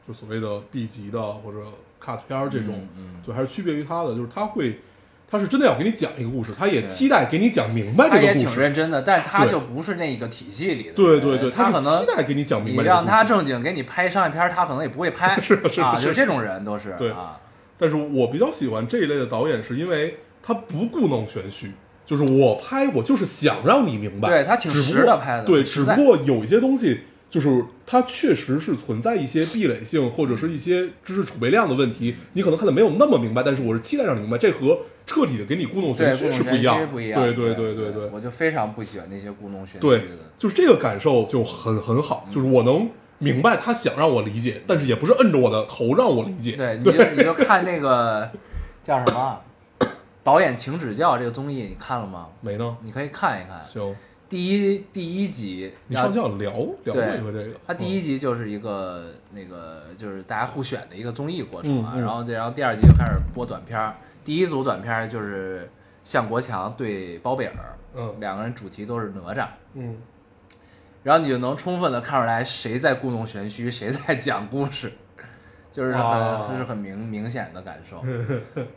[SPEAKER 2] 就所谓的 B 级的或者 cut 片儿这种，
[SPEAKER 1] 嗯嗯
[SPEAKER 2] 对，还是区别于它的，就是它会，它是真的要给你讲一个故事，它也
[SPEAKER 1] 对
[SPEAKER 2] 期待给你讲明白
[SPEAKER 1] 他
[SPEAKER 2] 这
[SPEAKER 1] 也
[SPEAKER 2] 个故
[SPEAKER 1] 挺认
[SPEAKER 2] 事，
[SPEAKER 1] 真的，但是他
[SPEAKER 2] 对
[SPEAKER 1] 就不是那个体系里的人。
[SPEAKER 2] 对对对，
[SPEAKER 1] 他
[SPEAKER 2] 它
[SPEAKER 1] 可能
[SPEAKER 2] 是期待给你讲明
[SPEAKER 1] 你
[SPEAKER 2] 白这个
[SPEAKER 1] 让
[SPEAKER 2] 故
[SPEAKER 1] 他
[SPEAKER 2] 事
[SPEAKER 1] 正经给你拍商业片儿，他可能也不会拍，
[SPEAKER 2] 是是
[SPEAKER 1] 啊，
[SPEAKER 2] 是
[SPEAKER 1] 就这种人都是
[SPEAKER 2] 对
[SPEAKER 1] 啊，
[SPEAKER 2] 但是我比较喜欢这一类的导演，是因为他不故弄玄虚，就是我拍我就是想让你明白，
[SPEAKER 1] 对他挺
[SPEAKER 2] 只不
[SPEAKER 1] 实
[SPEAKER 2] 过
[SPEAKER 1] 的拍的
[SPEAKER 2] 对，
[SPEAKER 1] 实
[SPEAKER 2] 只
[SPEAKER 1] 在
[SPEAKER 2] 不过有一些东西就是它确实是存在一些壁垒性或者是一些知识储备量的问题，你可能看的没有那么明白，但是我是期待让你明白，这和彻底的给你故弄
[SPEAKER 1] 对，
[SPEAKER 2] 玄虚
[SPEAKER 1] 故
[SPEAKER 2] 是
[SPEAKER 1] 弄
[SPEAKER 2] 不
[SPEAKER 1] 玄
[SPEAKER 2] 一样
[SPEAKER 1] 虚
[SPEAKER 2] 的，
[SPEAKER 1] 不一样。
[SPEAKER 2] 对
[SPEAKER 1] 对
[SPEAKER 2] 对
[SPEAKER 1] 对
[SPEAKER 2] 对，
[SPEAKER 1] 我就非常不喜欢那些故弄玄虚
[SPEAKER 2] 对
[SPEAKER 1] 的。，
[SPEAKER 2] 就是这个感受就很很好，
[SPEAKER 1] 嗯
[SPEAKER 2] 就是我能明白他想让我理解，但是也不是摁着我的头让我理解，
[SPEAKER 1] 对，你就你就看那个叫什么啊导演请指教这个综艺，你看了吗？
[SPEAKER 2] 没呢，
[SPEAKER 1] 你可以看一看，
[SPEAKER 2] 行。
[SPEAKER 1] 第一第一集，
[SPEAKER 2] 你
[SPEAKER 1] 然后
[SPEAKER 2] 上次好像聊聊过
[SPEAKER 1] 对
[SPEAKER 2] 一回这个，
[SPEAKER 1] 它第一
[SPEAKER 2] 嗯
[SPEAKER 1] 集就是一个、那个就是大家互选的一个综艺过程啊，
[SPEAKER 2] 嗯嗯
[SPEAKER 1] 然后然后第二集就开始播短片儿，第一组短片儿就是向国强对包贝尔，
[SPEAKER 2] 嗯
[SPEAKER 1] 两个人主题都是哪吒，
[SPEAKER 2] 嗯，
[SPEAKER 1] 然后你就能充分的看出来谁在故弄玄虚，谁在讲故事， 就是
[SPEAKER 2] 哇
[SPEAKER 1] 很就是很明明显的感 受，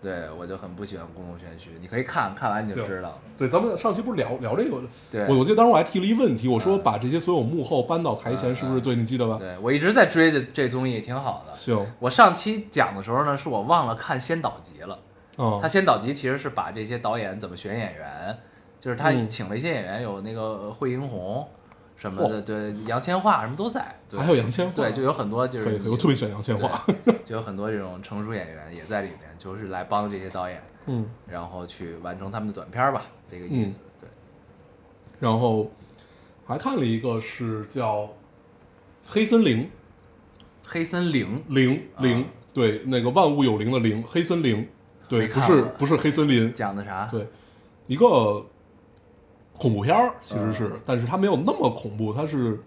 [SPEAKER 1] 对我就很不喜欢故弄玄虚，你可以看看完你就
[SPEAKER 2] 行
[SPEAKER 1] 知道了，
[SPEAKER 2] 对，咱们上期不是聊聊这个的？
[SPEAKER 1] 对嗯
[SPEAKER 2] 我我记得当时我还提了一问题，我说把这些所有幕后搬到台前，是不是对？你记得吧？
[SPEAKER 1] 对我一直在追这这综艺，挺好的。
[SPEAKER 2] 行，
[SPEAKER 1] 我上期讲的时候呢，是我忘了看先导集了。
[SPEAKER 2] 嗯
[SPEAKER 1] 他，先导集其实是把这些导演怎么选演员，就是他
[SPEAKER 2] 嗯
[SPEAKER 1] 请了一些演员，有那个呃惠英红什么的，
[SPEAKER 2] 嚯
[SPEAKER 1] 对，杨千嬅什么都在，对
[SPEAKER 2] 还有杨千嬅
[SPEAKER 1] 对，就有很多就
[SPEAKER 2] 可
[SPEAKER 1] 是
[SPEAKER 2] 以，可以，
[SPEAKER 1] 你
[SPEAKER 2] 我特别喜欢杨千嬅。
[SPEAKER 1] 对就有很多这种成熟演员也在里面，就是来帮这些导演，
[SPEAKER 2] 嗯，
[SPEAKER 1] 然后去完成他们的短片儿吧，这个意思，对，
[SPEAKER 2] 然后还看了一个是叫《黑森林
[SPEAKER 1] 黑森林》，
[SPEAKER 2] 灵灵
[SPEAKER 1] 啊，
[SPEAKER 2] 对，那个万物有灵的灵，黑森林，对，
[SPEAKER 1] 没
[SPEAKER 2] 不
[SPEAKER 1] 看
[SPEAKER 2] 是
[SPEAKER 1] 过
[SPEAKER 2] 不是黑 森林，
[SPEAKER 1] 讲的啥？
[SPEAKER 2] 对，一个恐怖片儿其实
[SPEAKER 1] 嗯
[SPEAKER 2] 是，但是它没有那么恐怖，它是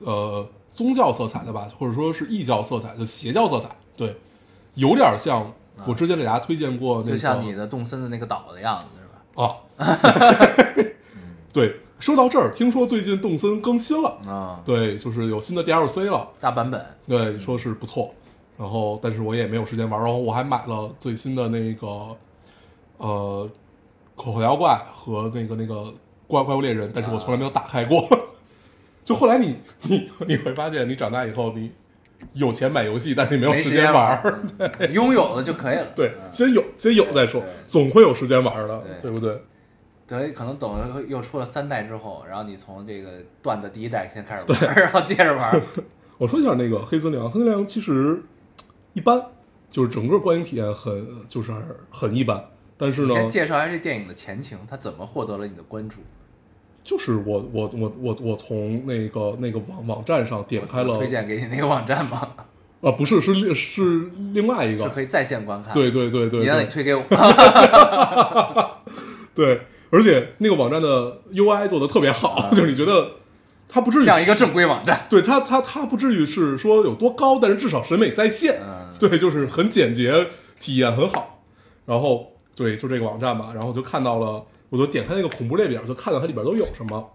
[SPEAKER 2] 呃宗教色彩的吧，或者说是异教色彩，就邪教色彩，对，有点像我之前给大家推荐过那个，
[SPEAKER 1] 啊就像你的动森的那个岛的样子是吧？
[SPEAKER 2] 啊，对，说到这儿，听说最近动森更新了，
[SPEAKER 1] 啊、
[SPEAKER 2] 对，就是有新的 DLC 了，
[SPEAKER 1] 大版本，
[SPEAKER 2] 对，说是不错。然后，但是我也没有时间玩，然后我还买了最新的那个，呃，口袋妖怪和那个那个怪怪物猎人，但是我从来没有打开过。 就后来你你你会发现，你长大以后你有钱买游戏，但是你没有
[SPEAKER 1] 没
[SPEAKER 2] 时
[SPEAKER 1] 间
[SPEAKER 2] 间玩儿。
[SPEAKER 1] 儿， 嗯拥有了就可以了。
[SPEAKER 2] 对，
[SPEAKER 1] 嗯
[SPEAKER 2] 先有先有再说
[SPEAKER 1] 对，
[SPEAKER 2] 总会有时间玩儿的，
[SPEAKER 1] 对
[SPEAKER 2] 对不对？
[SPEAKER 1] 等可能等又出了三代之后，然后你从这个段的第一代先开始玩，然后接着玩。
[SPEAKER 2] 我说一下那个黑森林啊，黑森林其实一般，就是整个观影体验很 就是很一般。但是呢，
[SPEAKER 1] 先介绍一下这电影的前情，它怎么获得了你的关注？
[SPEAKER 2] 就是我我我我我从那个那个网网站上点开了，
[SPEAKER 1] 推荐给你那个网站 吗？
[SPEAKER 2] 啊，不是是另是另外一
[SPEAKER 1] 是
[SPEAKER 2] 个，
[SPEAKER 1] 可以在线观看。
[SPEAKER 2] 对，对对对，
[SPEAKER 1] 你让
[SPEAKER 2] 对
[SPEAKER 1] 你推 给我。
[SPEAKER 2] 对，而且那个网站的 UI 做的特别好，就是你觉得它不至于
[SPEAKER 1] 啊像一个正规网站。
[SPEAKER 2] 对它它它不至于是说有多高，但是至少审美在线，
[SPEAKER 1] 嗯
[SPEAKER 2] 对，就是很简洁，体验很好。然后对，就这个网站吧，然后就看到了，我就点开那个恐怖列表，就看到它里边都有什么，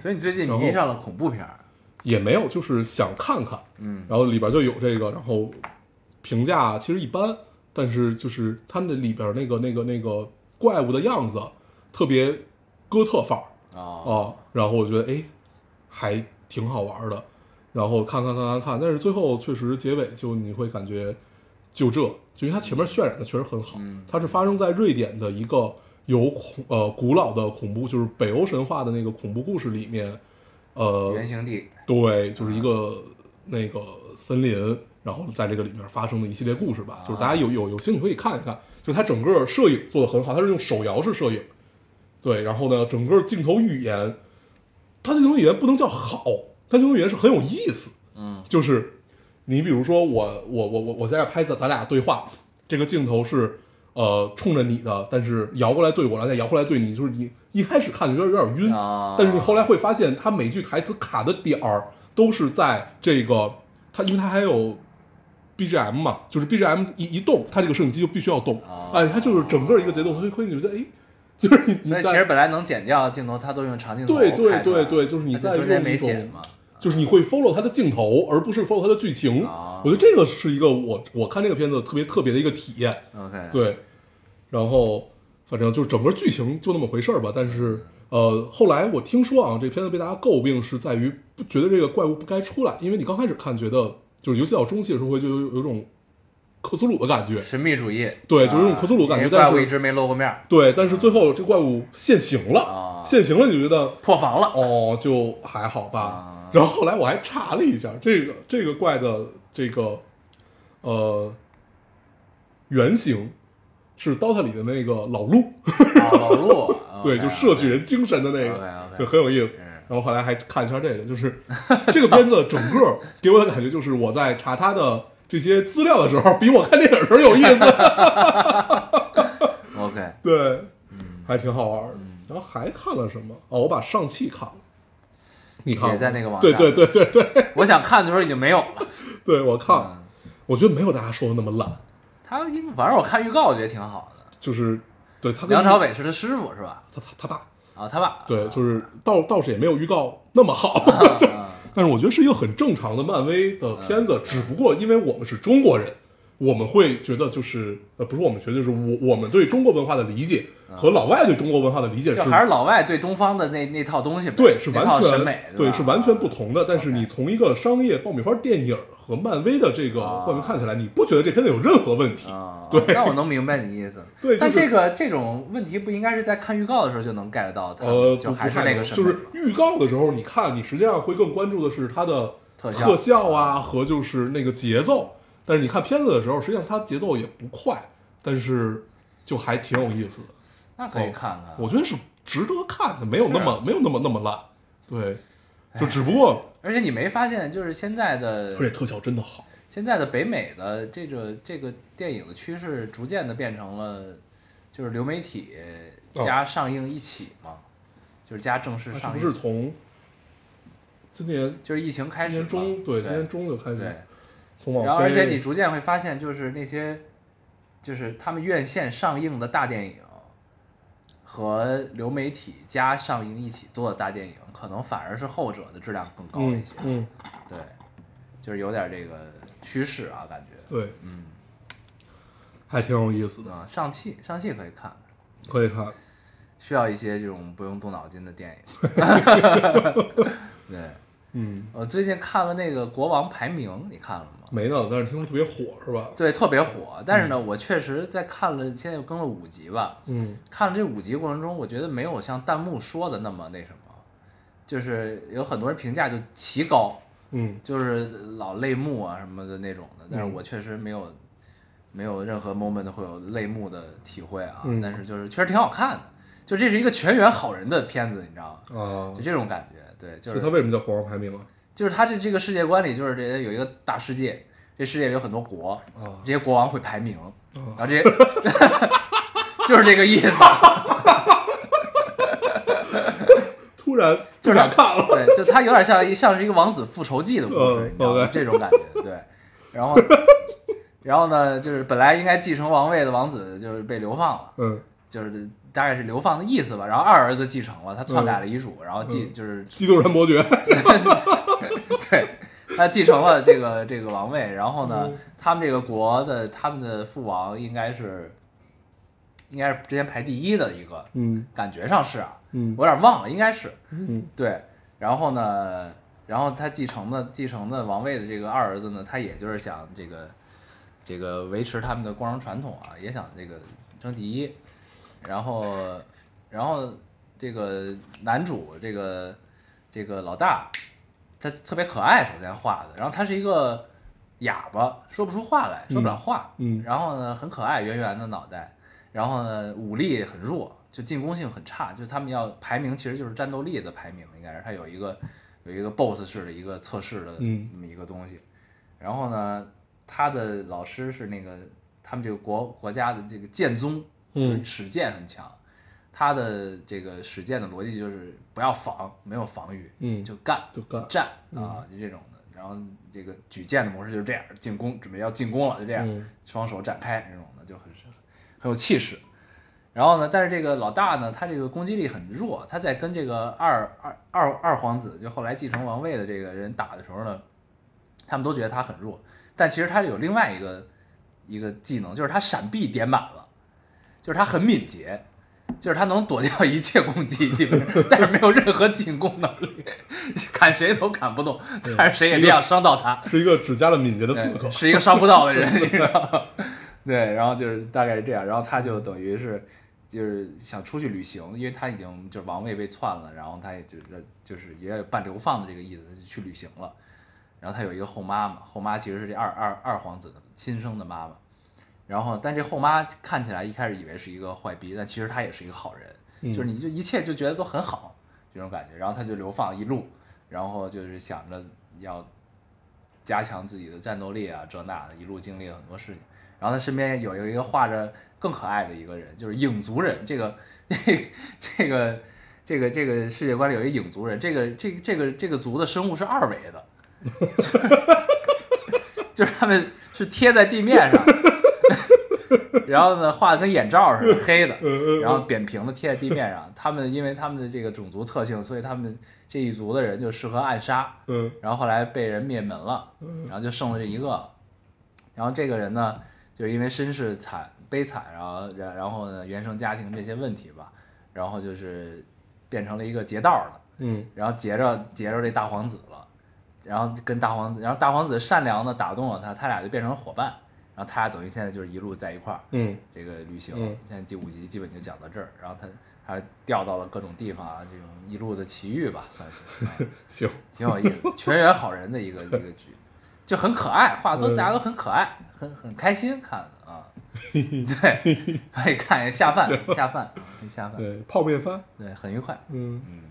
[SPEAKER 1] 所以你最近迷上了恐怖片儿，
[SPEAKER 2] 也没有，就是想看看，
[SPEAKER 1] 嗯，
[SPEAKER 2] 然后里边就有这个，然后评价其实一般，但是就是它那里边那个那个那个怪物的样子特别哥特范儿，
[SPEAKER 1] 哦，
[SPEAKER 2] 啊，然后我觉得哎，还挺好玩的，然后看看看看看，但是最后确实结尾就你会感觉就这，就因为它前面渲染的确实很好，
[SPEAKER 1] 嗯
[SPEAKER 2] 它是发生在瑞典的一个有恐呃古老的恐怖，就是北欧神话的那个恐怖故事里面，呃，
[SPEAKER 1] 原型地，
[SPEAKER 2] 对，就是一个那个森林，然后在这个里面发生的一系列故事吧，就是大家有有有兴趣可以看一看。就它整个摄影做的很好，它是用手摇式摄影，对，然后呢，整个镜头语言，它镜头语言不能叫好，它镜头语言是很有意思，
[SPEAKER 1] 嗯，
[SPEAKER 2] 就是你比如说我我我我我在这拍咱咱俩对话，这个镜头是呃冲着你的，但是摇过来对我来，再摇过来对你，就是你一开始看觉得有点晕，
[SPEAKER 1] 啊
[SPEAKER 2] 但是你后来会发现，他每句台词卡的点儿都是在这个他，因为他还有 BGM 嘛，就是 BGM 一一动，他这个摄影机就必须要动，
[SPEAKER 1] 啊
[SPEAKER 2] 哎，它就是整个一个节奏，所以会你觉得哎，就是你你
[SPEAKER 1] 所以其实
[SPEAKER 2] 在
[SPEAKER 1] 本来能剪掉镜头，它都用长镜头
[SPEAKER 2] 对对
[SPEAKER 1] 拍出来
[SPEAKER 2] 对对，就是你
[SPEAKER 1] 它
[SPEAKER 2] 在
[SPEAKER 1] 就之前
[SPEAKER 2] 用
[SPEAKER 1] 没
[SPEAKER 2] 一
[SPEAKER 1] 剪
[SPEAKER 2] 种
[SPEAKER 1] 嘛，
[SPEAKER 2] 就是你会 follow 他的镜头，而不是 follow 他的剧情。
[SPEAKER 1] 啊
[SPEAKER 2] 我觉得这个是一个我我看这个片子特别特别的一个体验。
[SPEAKER 1] ，OK，，
[SPEAKER 2] 对，然后反正就整个剧情就那么回事儿吧。但是呃，后来我听说啊，这片子被大家诟病是在于不觉得这个怪物不该出来，因为你刚开始看觉得就是尤其到中期的时候，会就有有种克苏鲁的感觉。
[SPEAKER 1] 神秘主义，
[SPEAKER 2] 对就是用克苏鲁感
[SPEAKER 1] 啊
[SPEAKER 2] 觉
[SPEAKER 1] 因为怪
[SPEAKER 2] 但
[SPEAKER 1] 物
[SPEAKER 2] 是
[SPEAKER 1] 一直没露过面儿，
[SPEAKER 2] 对，但是最后这怪物现形了
[SPEAKER 1] 啊，
[SPEAKER 2] 现形了，你就觉得
[SPEAKER 1] 破防 了，
[SPEAKER 2] 哦，就还好吧
[SPEAKER 1] 啊。
[SPEAKER 2] 然后后来我还查了一下，这个这个怪的这个呃原型是 DOTA 里的那个老陆。
[SPEAKER 1] 啊老陆，
[SPEAKER 2] 对，就摄取人精神的那个，
[SPEAKER 1] OK，OK
[SPEAKER 2] 就很有意思
[SPEAKER 1] 嗯。
[SPEAKER 2] 然后后来还看一下这个，就是 这个片子整个给我的感觉就是我在查它的这些资料的时候，比我看电影的时候有意 思。
[SPEAKER 1] ，OK，
[SPEAKER 2] 对，
[SPEAKER 1] 嗯
[SPEAKER 2] 还挺好玩儿。然后还看了什么？哦，我把上汽看了。你看了吗
[SPEAKER 1] 也在那个网
[SPEAKER 2] 对
[SPEAKER 1] 站
[SPEAKER 2] 对对对对
[SPEAKER 1] 我想看的时候已经没有了。
[SPEAKER 2] 对，我看了，我觉得没有大家说的那么烂，
[SPEAKER 1] 他应反正我看预告，我觉得挺好的。
[SPEAKER 2] 就是对他跟
[SPEAKER 1] 梁朝，伟是他师傅是吧？
[SPEAKER 2] 他他他爸，
[SPEAKER 1] 啊，他爸。
[SPEAKER 2] 对，就是倒倒是也没有预告那么好。
[SPEAKER 1] 啊
[SPEAKER 2] 但是我觉得是一个很正常的漫威的片
[SPEAKER 1] 嗯
[SPEAKER 2] 子，只不过因为我们是中国人，我们会觉得就是呃，不是我们觉得，就是我我们对中国文化的理解和老外对中国文化的理解是
[SPEAKER 1] 嗯就还是老外对东方的那那套东西呗，
[SPEAKER 2] 对是
[SPEAKER 1] 那
[SPEAKER 2] 完
[SPEAKER 1] 套审美
[SPEAKER 2] 全，
[SPEAKER 1] 对吧
[SPEAKER 2] 是完全不。同的。但是你从一个商业爆米花电影和漫威的这个
[SPEAKER 1] 啊
[SPEAKER 2] 画面看起来，你不觉得这片子有任何问题？
[SPEAKER 1] 啊，
[SPEAKER 2] 对
[SPEAKER 1] 那我能明白你意思。
[SPEAKER 2] 对
[SPEAKER 1] 但
[SPEAKER 2] 就是
[SPEAKER 1] 这个这种问题不应该是在看预告的时候就能 get 到它，
[SPEAKER 2] 呃，
[SPEAKER 1] 就
[SPEAKER 2] 不
[SPEAKER 1] 还
[SPEAKER 2] 不
[SPEAKER 1] 是
[SPEAKER 2] 太
[SPEAKER 1] 那个
[SPEAKER 2] 能
[SPEAKER 1] 审
[SPEAKER 2] 就
[SPEAKER 1] 美
[SPEAKER 2] 是预告的时候，你看，你实际上会更关注的是它的
[SPEAKER 1] 特效
[SPEAKER 2] 特效啊和就是那个节奏。但是你看片子的时候，实际上它节奏也不快，但是就还挺有意思的。
[SPEAKER 1] 那可以看看。
[SPEAKER 2] 哦我觉得是值得看的，没有那么
[SPEAKER 1] 是啊哎
[SPEAKER 2] 没有那么那么烂。对，就只不过
[SPEAKER 1] 而且你没发现，就是现在的
[SPEAKER 2] 而且特效真的好，
[SPEAKER 1] 现在的北美的这个这个电影的趋势，逐渐的变成了就是流媒体
[SPEAKER 2] 哦
[SPEAKER 1] 加上映一起嘛，就是加正式
[SPEAKER 2] 它
[SPEAKER 1] 上
[SPEAKER 2] 啊不
[SPEAKER 1] 映，
[SPEAKER 2] 是从今年
[SPEAKER 1] 就是疫情开
[SPEAKER 2] 今
[SPEAKER 1] 始
[SPEAKER 2] 年
[SPEAKER 1] 嘛
[SPEAKER 2] 中
[SPEAKER 1] 对，
[SPEAKER 2] 今年中就开始
[SPEAKER 1] 对，
[SPEAKER 2] 从网飞，
[SPEAKER 1] 然后而且你逐渐会发现，就是那些就是他们院线上映的大电影和流媒体加上映一起做的大电影，可能反而是后者的质量更高一
[SPEAKER 2] 嗯
[SPEAKER 1] 些，
[SPEAKER 2] 嗯
[SPEAKER 1] 对，就是有点这个趋势啊，感觉，
[SPEAKER 2] 对，
[SPEAKER 1] 嗯，
[SPEAKER 2] 还挺有意思的，
[SPEAKER 1] 啊，上汽上汽可以看看。
[SPEAKER 2] 可以看。
[SPEAKER 1] 需要一些这种不用动脑筋的电影。 对，
[SPEAKER 2] 嗯，
[SPEAKER 1] 我最近看了那个《国王排名》，你看了吗？
[SPEAKER 2] 没呢，但是听说特别火，是吧？
[SPEAKER 1] 对，特别火。但是呢，我确实在看了，现在更了五集吧。
[SPEAKER 2] 嗯
[SPEAKER 1] 看了这五集过程中，我觉得没有像弹幕说的那么那什么，就是有很多人评价就奇高，
[SPEAKER 2] 嗯
[SPEAKER 1] 就是老泪目啊什么的那种的，但是
[SPEAKER 2] 嗯
[SPEAKER 1] 我确实没有没有任何 moment 会有泪目的体会啊，
[SPEAKER 2] 嗯
[SPEAKER 1] 但是就是确实挺好看的，就这是一个全员好人的片子，你知道吗？
[SPEAKER 2] 啊
[SPEAKER 1] 就，这种感觉，对，就是
[SPEAKER 2] 是他为什么叫国王排名啊？
[SPEAKER 1] 就是他这这个世界观里，就是这有一个大世界，这世界里有很多国，
[SPEAKER 2] 啊
[SPEAKER 1] 这些国王会排名，然
[SPEAKER 2] 啊
[SPEAKER 1] 后这些 就是这个意思，
[SPEAKER 2] 突然
[SPEAKER 1] 就
[SPEAKER 2] 就是想看了，
[SPEAKER 1] 对，就他有点像一像是一个王子复仇记的故事，
[SPEAKER 2] 嗯
[SPEAKER 1] 你知道吗
[SPEAKER 2] OK
[SPEAKER 1] 这种感觉，对，然后然后呢，就是本来应该继承王位的王子就是被流放了，
[SPEAKER 2] 嗯，
[SPEAKER 1] 就是大概是流放的意思吧，然后二儿子继承了，他篡改了遗嘱，然后继
[SPEAKER 2] 嗯
[SPEAKER 1] 就是
[SPEAKER 2] 基督山伯爵，
[SPEAKER 1] 对，他继承了这个这个王位，然后呢
[SPEAKER 2] 嗯，
[SPEAKER 1] 他们这个国的他们的父王应该是，应该是之前排第一的一个，
[SPEAKER 2] 嗯
[SPEAKER 1] 感觉上是啊，
[SPEAKER 2] 嗯
[SPEAKER 1] 我有点忘了，应该是
[SPEAKER 2] 嗯
[SPEAKER 1] 对。然后呢，然后他继承的继承的王位的这个二儿子呢，他也就是想这个这个维持他们的光荣传统啊，也想这个争第一。然后，然后这个男主这个这个老大，他特别可爱，首先画的，然后他是一个哑巴，说不出话来，说不了话，
[SPEAKER 2] 嗯嗯
[SPEAKER 1] 然后呢很可爱，圆圆的脑袋，然后呢武力很弱，就进攻性很差，就是他们要排名其实就是战斗力的排名，应该是他有一个有一个 BOSS 式的一个测试的
[SPEAKER 2] 嗯
[SPEAKER 1] 那么一个东西，然后呢他的老师是那个他们这个国国家的这个剑宗，
[SPEAKER 2] 嗯
[SPEAKER 1] 史剑很强。他的这个实践的逻辑就是不要防，没有防御，
[SPEAKER 2] 嗯
[SPEAKER 1] 就干
[SPEAKER 2] 就干
[SPEAKER 1] 战啊，就这种的。然后这个举剑的模式就是这样，进攻准备要进攻了，就这样，
[SPEAKER 2] 嗯
[SPEAKER 1] 双手展开这种的就很很有气势。然后呢，但是这个老大呢，他这个攻击力很弱，他在跟这个二二二二皇子，就后来继承王位的这个人打的时候呢，他们都觉得他很弱，但其实他有另外一个一个技能，就是他闪避点满了，就是他很敏捷，就是他能躲掉一切攻击，基本上，但是没有任何进攻能力， 砍谁都砍不动，但是谁也别想伤到他。
[SPEAKER 2] 是一个指甲的敏捷的刺客
[SPEAKER 1] 对，是一个伤不到的人，你知道吗？ 对，然后就是大概是这样，然后他就等于是就是想出去旅行，因为他已经就是王位被篡了，然后他也就是就是也有半流放的这个意思，就去旅行了。然后他有一个后妈嘛，后妈其实是这二二二皇子的亲生的妈妈。然后，但这后妈看起来一开始以为是一个坏逼，但其实她也是一个好人，
[SPEAKER 2] 嗯
[SPEAKER 1] 就是你就一切就觉得都很好这种感觉。然后他就流放一路，然后就是想着要加强自己的战斗力啊，这那的，一路经历了很多事情。然后他身边有一个画着更可爱的一个人，就是影族人。这个 这个这个这个世界观里有一个影族人，这个这个这个这个族的生物是二维的， 就是他们是贴在地面上， 然后呢画的跟眼罩似的，黑的，然后扁平的贴在地面上。他们因为他们的这个种族特性，所以他们这一族的人就适合暗杀。
[SPEAKER 2] 嗯
[SPEAKER 1] 然后后来被人灭门了，然后就剩了这一个了。然后这个人呢，就是因为身世惨悲惨，然后然然后呢原生家庭这些问题吧，然后就是变成了一个劫道的，
[SPEAKER 2] 嗯
[SPEAKER 1] 然后劫着劫着这大皇子了，然后跟大皇子，然后大皇子善良的打动了他，他俩就变成了伙伴，然后他俩等于现在就是一路在一块儿，
[SPEAKER 2] 嗯
[SPEAKER 1] 这个旅行。
[SPEAKER 2] 嗯
[SPEAKER 1] 现在第五集基本就讲到这儿，然后他还调到了各种地方啊，这种一路的奇遇吧，算是。啊
[SPEAKER 2] 行，
[SPEAKER 1] 挺有意思，全员好人的一个一个剧，就很可爱，画的都
[SPEAKER 2] 嗯
[SPEAKER 1] 大家都很可爱，很很开心看的 啊。对，可以看一下下饭下饭可以下饭，
[SPEAKER 2] 对泡面番，
[SPEAKER 1] 对，很愉快。
[SPEAKER 2] 嗯，
[SPEAKER 1] 嗯，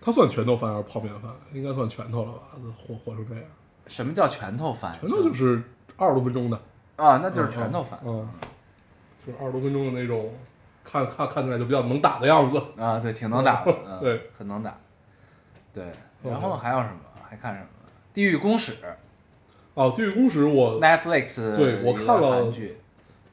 [SPEAKER 2] 他算拳头番还是泡面番？应该算拳头了吧？火火成这样，
[SPEAKER 1] 什么叫拳头番？
[SPEAKER 2] 拳头就是二十多分钟的，
[SPEAKER 1] 啊，那就是拳头番
[SPEAKER 2] 嗯，嗯就是二十多分钟的那种，看看看起来就比较能打的样子。
[SPEAKER 1] 啊，对，挺能打的，嗯，
[SPEAKER 2] 对，嗯
[SPEAKER 1] 很能打。对，
[SPEAKER 2] OK
[SPEAKER 1] 然后还有什么？还看什么？《地狱公使
[SPEAKER 2] 哦，《地狱公使》我
[SPEAKER 1] Netflix
[SPEAKER 2] 对我
[SPEAKER 1] 一个
[SPEAKER 2] 看了
[SPEAKER 1] 韩 剧，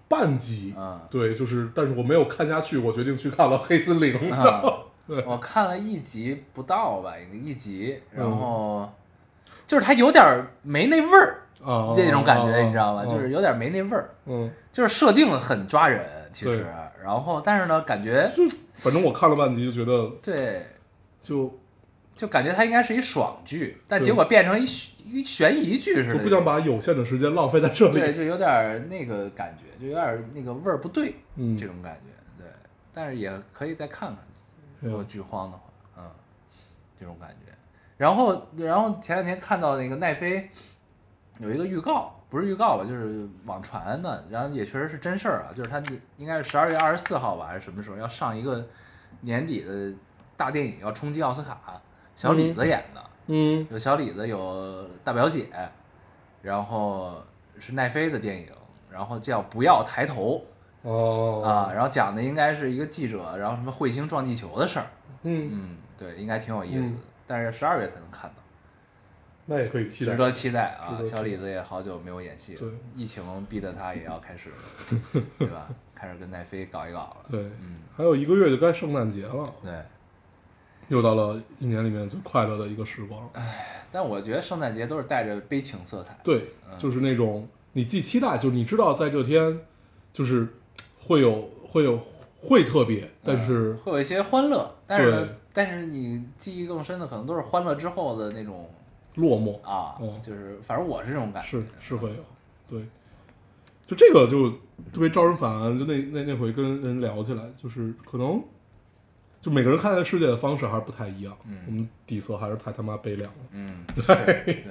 [SPEAKER 2] 半集，
[SPEAKER 1] 嗯
[SPEAKER 2] 对，就是，但是我没有看下去，我决定去看了《黑森林》
[SPEAKER 1] 啊
[SPEAKER 2] 对，
[SPEAKER 1] 我看了一集不到吧，一集，然
[SPEAKER 2] 嗯
[SPEAKER 1] 后就是它有点儿没那味儿，
[SPEAKER 2] 啊，
[SPEAKER 1] 这种感觉
[SPEAKER 2] 啊
[SPEAKER 1] 你知道吧？
[SPEAKER 2] 啊
[SPEAKER 1] 就是有点儿没那味儿，
[SPEAKER 2] 嗯，
[SPEAKER 1] 就是设定很抓人，其实
[SPEAKER 2] 对，
[SPEAKER 1] 然后但是呢，感觉
[SPEAKER 2] 就反正我看了半集就觉得
[SPEAKER 1] 对，
[SPEAKER 2] 就
[SPEAKER 1] 就感觉它应该是一爽剧，但
[SPEAKER 2] 对
[SPEAKER 1] 结果变成一悬一悬疑剧似
[SPEAKER 2] 就
[SPEAKER 1] 的，
[SPEAKER 2] 不想把有限的时间浪费在这
[SPEAKER 1] 对，
[SPEAKER 2] 里。
[SPEAKER 1] 就有点儿那个感觉，就有点儿那个味儿不对，
[SPEAKER 2] 嗯
[SPEAKER 1] 这种感觉，对，但是也可以再看看，
[SPEAKER 2] 嗯
[SPEAKER 1] 如果剧荒的话，嗯，这种感觉。然后，然后前两天看到那个奈飞有一个预告，不是预告吧，就是网传的，然后也确实是真事儿啊，就是他应该是十二月二十四号吧，还是什么时候要上一个年底的大电影要冲击奥斯卡，小李子演的，
[SPEAKER 2] 嗯
[SPEAKER 1] 有小李子，有大表姐，然后是奈飞的电影，然后叫《不要抬头》
[SPEAKER 2] 哦
[SPEAKER 1] 啊，然后讲的应该是一个记者，然后什么彗星撞地球的事儿。
[SPEAKER 2] 嗯，
[SPEAKER 1] 嗯，对，应该挺有意思的，
[SPEAKER 2] 嗯
[SPEAKER 1] 但是十二月才能看到。
[SPEAKER 2] 那也可以期待
[SPEAKER 1] 值。得期待啊
[SPEAKER 2] 值！得期待
[SPEAKER 1] 小李子也好久没有演戏了
[SPEAKER 2] 对，
[SPEAKER 1] 疫情逼得他也要开 始，对吧？开始跟奈飞搞一搞了。
[SPEAKER 2] 对，
[SPEAKER 1] 嗯，
[SPEAKER 2] 还有一个月就该圣诞节了，
[SPEAKER 1] 对。
[SPEAKER 2] 又到了一年里面最快乐的一个时光。
[SPEAKER 1] 哎但我觉得圣诞节都是带着悲情色彩。
[SPEAKER 2] 对，就是那种你既期待，就是你知道在这天，就是会有会有会特别，但是
[SPEAKER 1] 会有一些欢乐，但是呢
[SPEAKER 2] 对，
[SPEAKER 1] 但是你记忆更深的可能都是欢乐之后的那种
[SPEAKER 2] 落寞
[SPEAKER 1] 啊，
[SPEAKER 2] 嗯
[SPEAKER 1] 就是反啊正我是这种感觉。
[SPEAKER 2] 是是会有，对，就这个就特别招人烦。啊就那那那回跟人聊起来，就是可能就每个人看待世界的方式还是不太一样。
[SPEAKER 1] 嗯
[SPEAKER 2] 我们底色还是太他妈悲凉了。
[SPEAKER 1] 嗯，对对。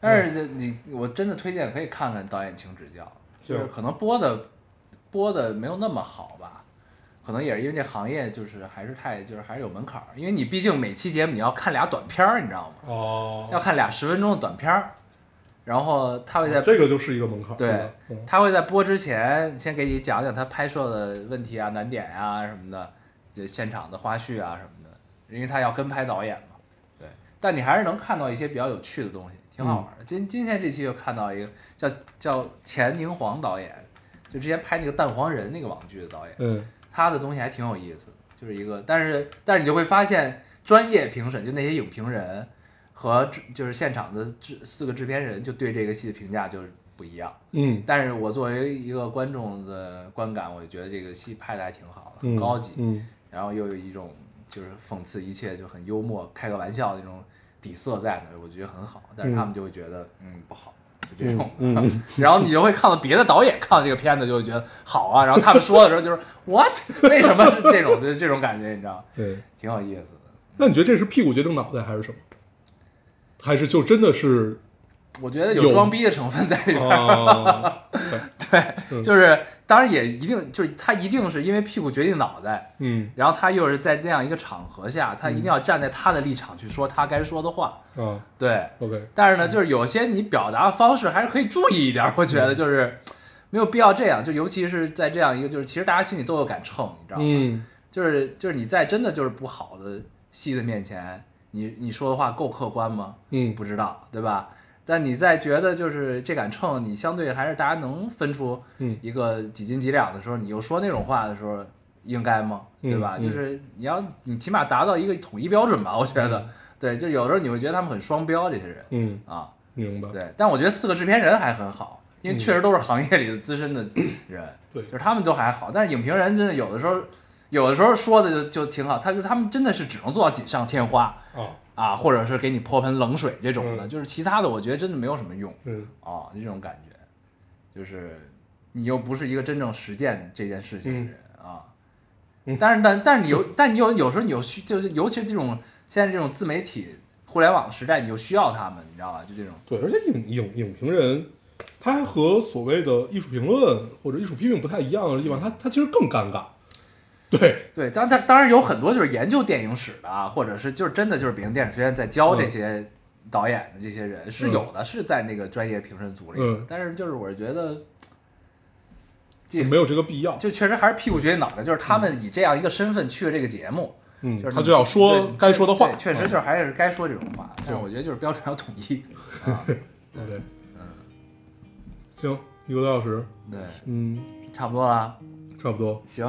[SPEAKER 1] 但是这你我真的推荐可以看看导演请指教，就是
[SPEAKER 2] 行
[SPEAKER 1] 可能播的播的没有那么好吧，可能也是因为这行业就是还是太就是还是有门槛儿，因为你毕竟每期节目你要看俩短片儿，你知道吗？
[SPEAKER 2] 哦
[SPEAKER 1] 要看俩十分钟的短片儿，然后他会在
[SPEAKER 2] 哦这个就是一个门槛儿。
[SPEAKER 1] 对
[SPEAKER 2] 吧，嗯
[SPEAKER 1] 他会在播之前先给你讲讲他拍摄的问题啊、难点啊什么的，就现场的花絮啊什么的，因为他要跟拍导演嘛。对，但你还是能看到一些比较有趣的东西，挺好玩的。今今天这期就看到一个叫叫钱宁黄导演，就之前拍那个《蛋黄人》那个网剧的导演，
[SPEAKER 2] 嗯，
[SPEAKER 1] 他的东西还挺有意思的，就是一个，但是但是你就会发现，专业评审就那些影评人和制就是现场的制四个制片人就对这个戏的评价就是不一样。
[SPEAKER 2] 嗯
[SPEAKER 1] 但是我作为一个观众的观感，我就觉得这个戏拍的还挺好的，很
[SPEAKER 2] 嗯，
[SPEAKER 1] 高级，
[SPEAKER 2] 嗯
[SPEAKER 1] 然后又有一种就是讽刺一切，就很幽默，开个玩笑的那种底色在那儿，我觉得很好。但是他们就会觉得，嗯，不好。 就这种，
[SPEAKER 2] 嗯嗯
[SPEAKER 1] 然后你就会看到别的导演看到这个片子就会觉得好啊，然后他们说的时候就是 what，为 什么是这种 就是这种感觉，你知道，
[SPEAKER 2] 对。
[SPEAKER 1] 挺有意思的。
[SPEAKER 2] 那你觉得这是屁股决定脑袋还是什么？还是就真 的是
[SPEAKER 1] 我觉得有
[SPEAKER 2] 有
[SPEAKER 1] 装逼的成分在里边儿，
[SPEAKER 2] 啊？嗯
[SPEAKER 1] 对，就是当然也一定就是他一定是因为屁股决定脑袋，
[SPEAKER 2] 嗯
[SPEAKER 1] 然后他又是在那样一个场合下，他一定要站在他的立场去说他该说的话，
[SPEAKER 2] 啊
[SPEAKER 1] 对。
[SPEAKER 2] ，OK，
[SPEAKER 1] 但是呢，就是有些你表达方式还是可以注意一点，我觉得就是没有必要这样，就尤其是在这样一个就是其实大家心里都有杆秤，你知道吗？
[SPEAKER 2] 嗯
[SPEAKER 1] 就是就是你在真的就是不好的戏的面前，你你说的话够客观吗？
[SPEAKER 2] 嗯，
[SPEAKER 1] 不知道，对吧？但你在觉得就是这杆秤，你相对还是大家能分出
[SPEAKER 2] 嗯
[SPEAKER 1] 一个几斤几两的时候，你又说那种话的时候，应该吗？
[SPEAKER 2] 嗯
[SPEAKER 1] 对吧？
[SPEAKER 2] 嗯
[SPEAKER 1] 就是你要你起码达到一个统一标准吧，我觉得。
[SPEAKER 2] 嗯
[SPEAKER 1] 对，就有的时候你会觉得他们很双标，这些人
[SPEAKER 2] 嗯，
[SPEAKER 1] 啊，
[SPEAKER 2] 明白。
[SPEAKER 1] 对。但我觉得四个制片人还很好，因为确实都是行业里的资深的人，
[SPEAKER 2] 嗯对
[SPEAKER 1] 就是他们都还好。但是影评人真的有的时候，有的时候说的就就挺好，他就他们真的是只能做到锦上添花。
[SPEAKER 2] 啊，
[SPEAKER 1] 啊，或者是给你泼盆冷水这种的，
[SPEAKER 2] 嗯
[SPEAKER 1] 就是其他的，我觉得真的没有什么用
[SPEAKER 2] 嗯
[SPEAKER 1] 啊，这种感觉，就是你又不是一个真正实践这件事情的人、啊。
[SPEAKER 2] 嗯
[SPEAKER 1] 但是，但但是你有，但你有有时候你有需，就是尤其是这种现在这种自媒体、互联网时代，你有需要他们，你知道吧？就这种，
[SPEAKER 2] 对，而且影影影评人，他还和所谓的艺术评论或者艺术批评不太一样的地方，他他其实更尴尬。对，
[SPEAKER 1] 对，当然，当然有很多就是研究电影史的啊，或者是就是真的就是北京电影学院在教
[SPEAKER 2] 嗯
[SPEAKER 1] 这些导演的这些人、是有的，是在那个专业评审组里的。
[SPEAKER 2] 嗯
[SPEAKER 1] 但是就是我是觉得，这
[SPEAKER 2] 没有这个必要。
[SPEAKER 1] 就确实还是屁股决定脑袋，就是他们以这样一个身份去了这个节目，
[SPEAKER 2] 嗯，
[SPEAKER 1] 就是
[SPEAKER 2] 他就要说
[SPEAKER 1] 对
[SPEAKER 2] 该说的话。啊
[SPEAKER 1] 对确实就是还是该说这种话，但是
[SPEAKER 2] 嗯
[SPEAKER 1] 我觉得就是标准要统一。 啊，
[SPEAKER 2] 嗯对，行，一个多小时，
[SPEAKER 1] 对，
[SPEAKER 2] 嗯，
[SPEAKER 1] 差不多了，
[SPEAKER 2] 差不多。
[SPEAKER 1] 行，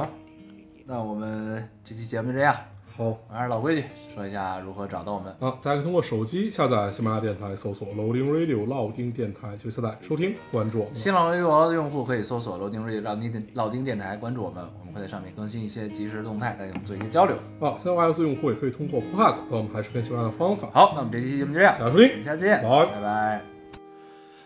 [SPEAKER 1] 那我们这期节目就这样，
[SPEAKER 2] 好
[SPEAKER 1] 我还是老规矩，说一下如何找到我们。
[SPEAKER 2] 啊，大家可以通过手机下载喜马拉雅电台，搜索 “Loading Radio” 老丁电台去下载收听，关注我们。
[SPEAKER 1] 嗯新浪微博的用户可以搜索“楼丁瑞”、“老丁电老丁电台”，关注我们，我们会在上面更新一些即时动态，带给我们做一些交流。
[SPEAKER 2] 啊，现在 iOS 用户也可以通过 Podcast 和我们还是跟喜马拉雅的方法。
[SPEAKER 1] 好，那我们这期节目就这样，
[SPEAKER 2] 下收听
[SPEAKER 1] 我们下期见，
[SPEAKER 2] 拜
[SPEAKER 1] 拜拜。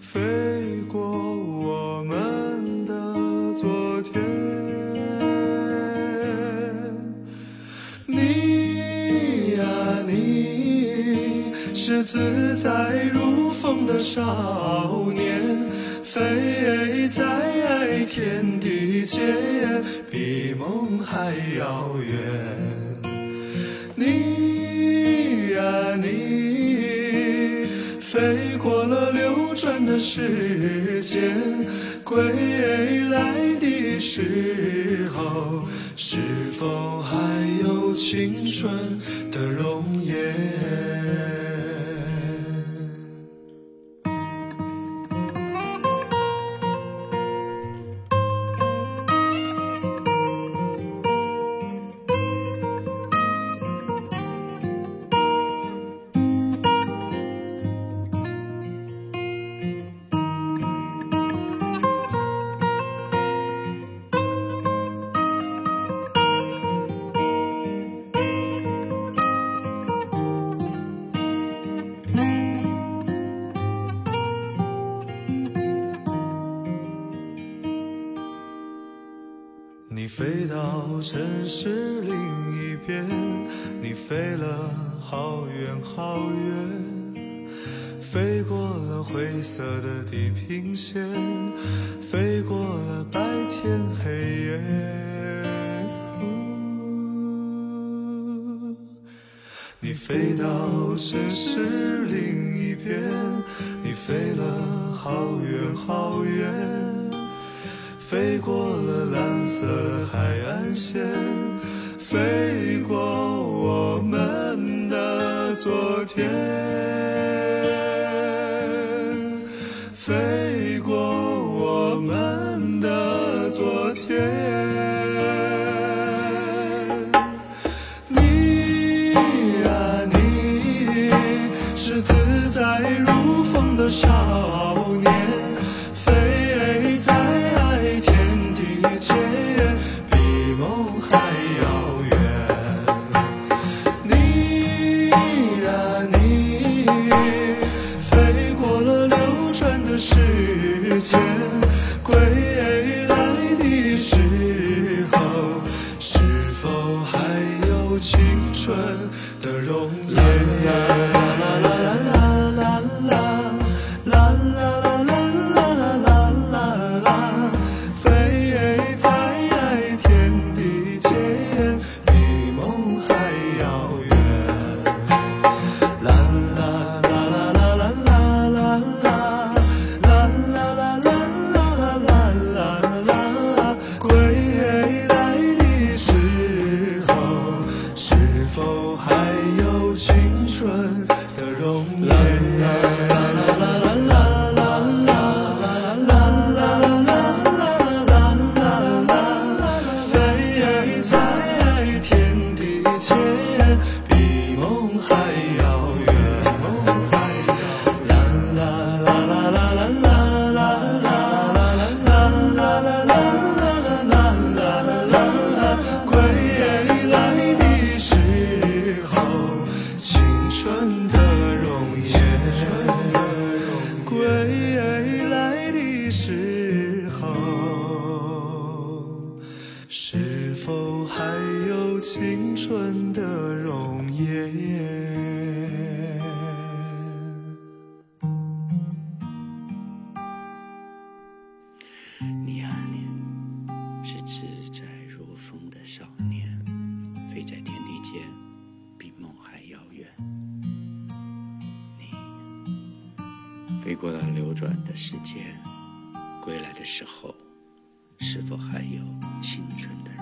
[SPEAKER 3] 飞过我们的昨天。你呀、你是自在如风的少年，飞在天地间，比梦还遥远。你呀、你飞过了流转的时间，归来的时候，是否还有青春的容颜？你飞到城市另一边，你飞了好远好远，飞过了灰色的地平线，飞过了白天黑夜。嗯你飞到城市另一边，你飞了好远好远。飞过了蓝色海岸线，飞过我们的昨天，飞过我们的昨天。你呀、你是自在如风的少年，飞在天地间，比梦还遥远。你呀、你飞过了流转的时间，归来的时候，是否还有青春的容颜？飞在天地间，比梦还遥远。啦啦啦啦啦啦啦啦啦啦啦啦啦啦啦啦啦，归来的时候，是否还有青春的容颜？飞在天地间，比梦还遥远。啦啦啦啦啦啦啦啦啦啦啦啦啦啦啦啦，归来的时候，青春的容颜。归来的时候。是否还有青春的容颜？
[SPEAKER 4] 你呀、你是自在如风的少年，飞在天地间，比梦还遥远。你飞过了流转的时间，归来的时候，是否还有青春的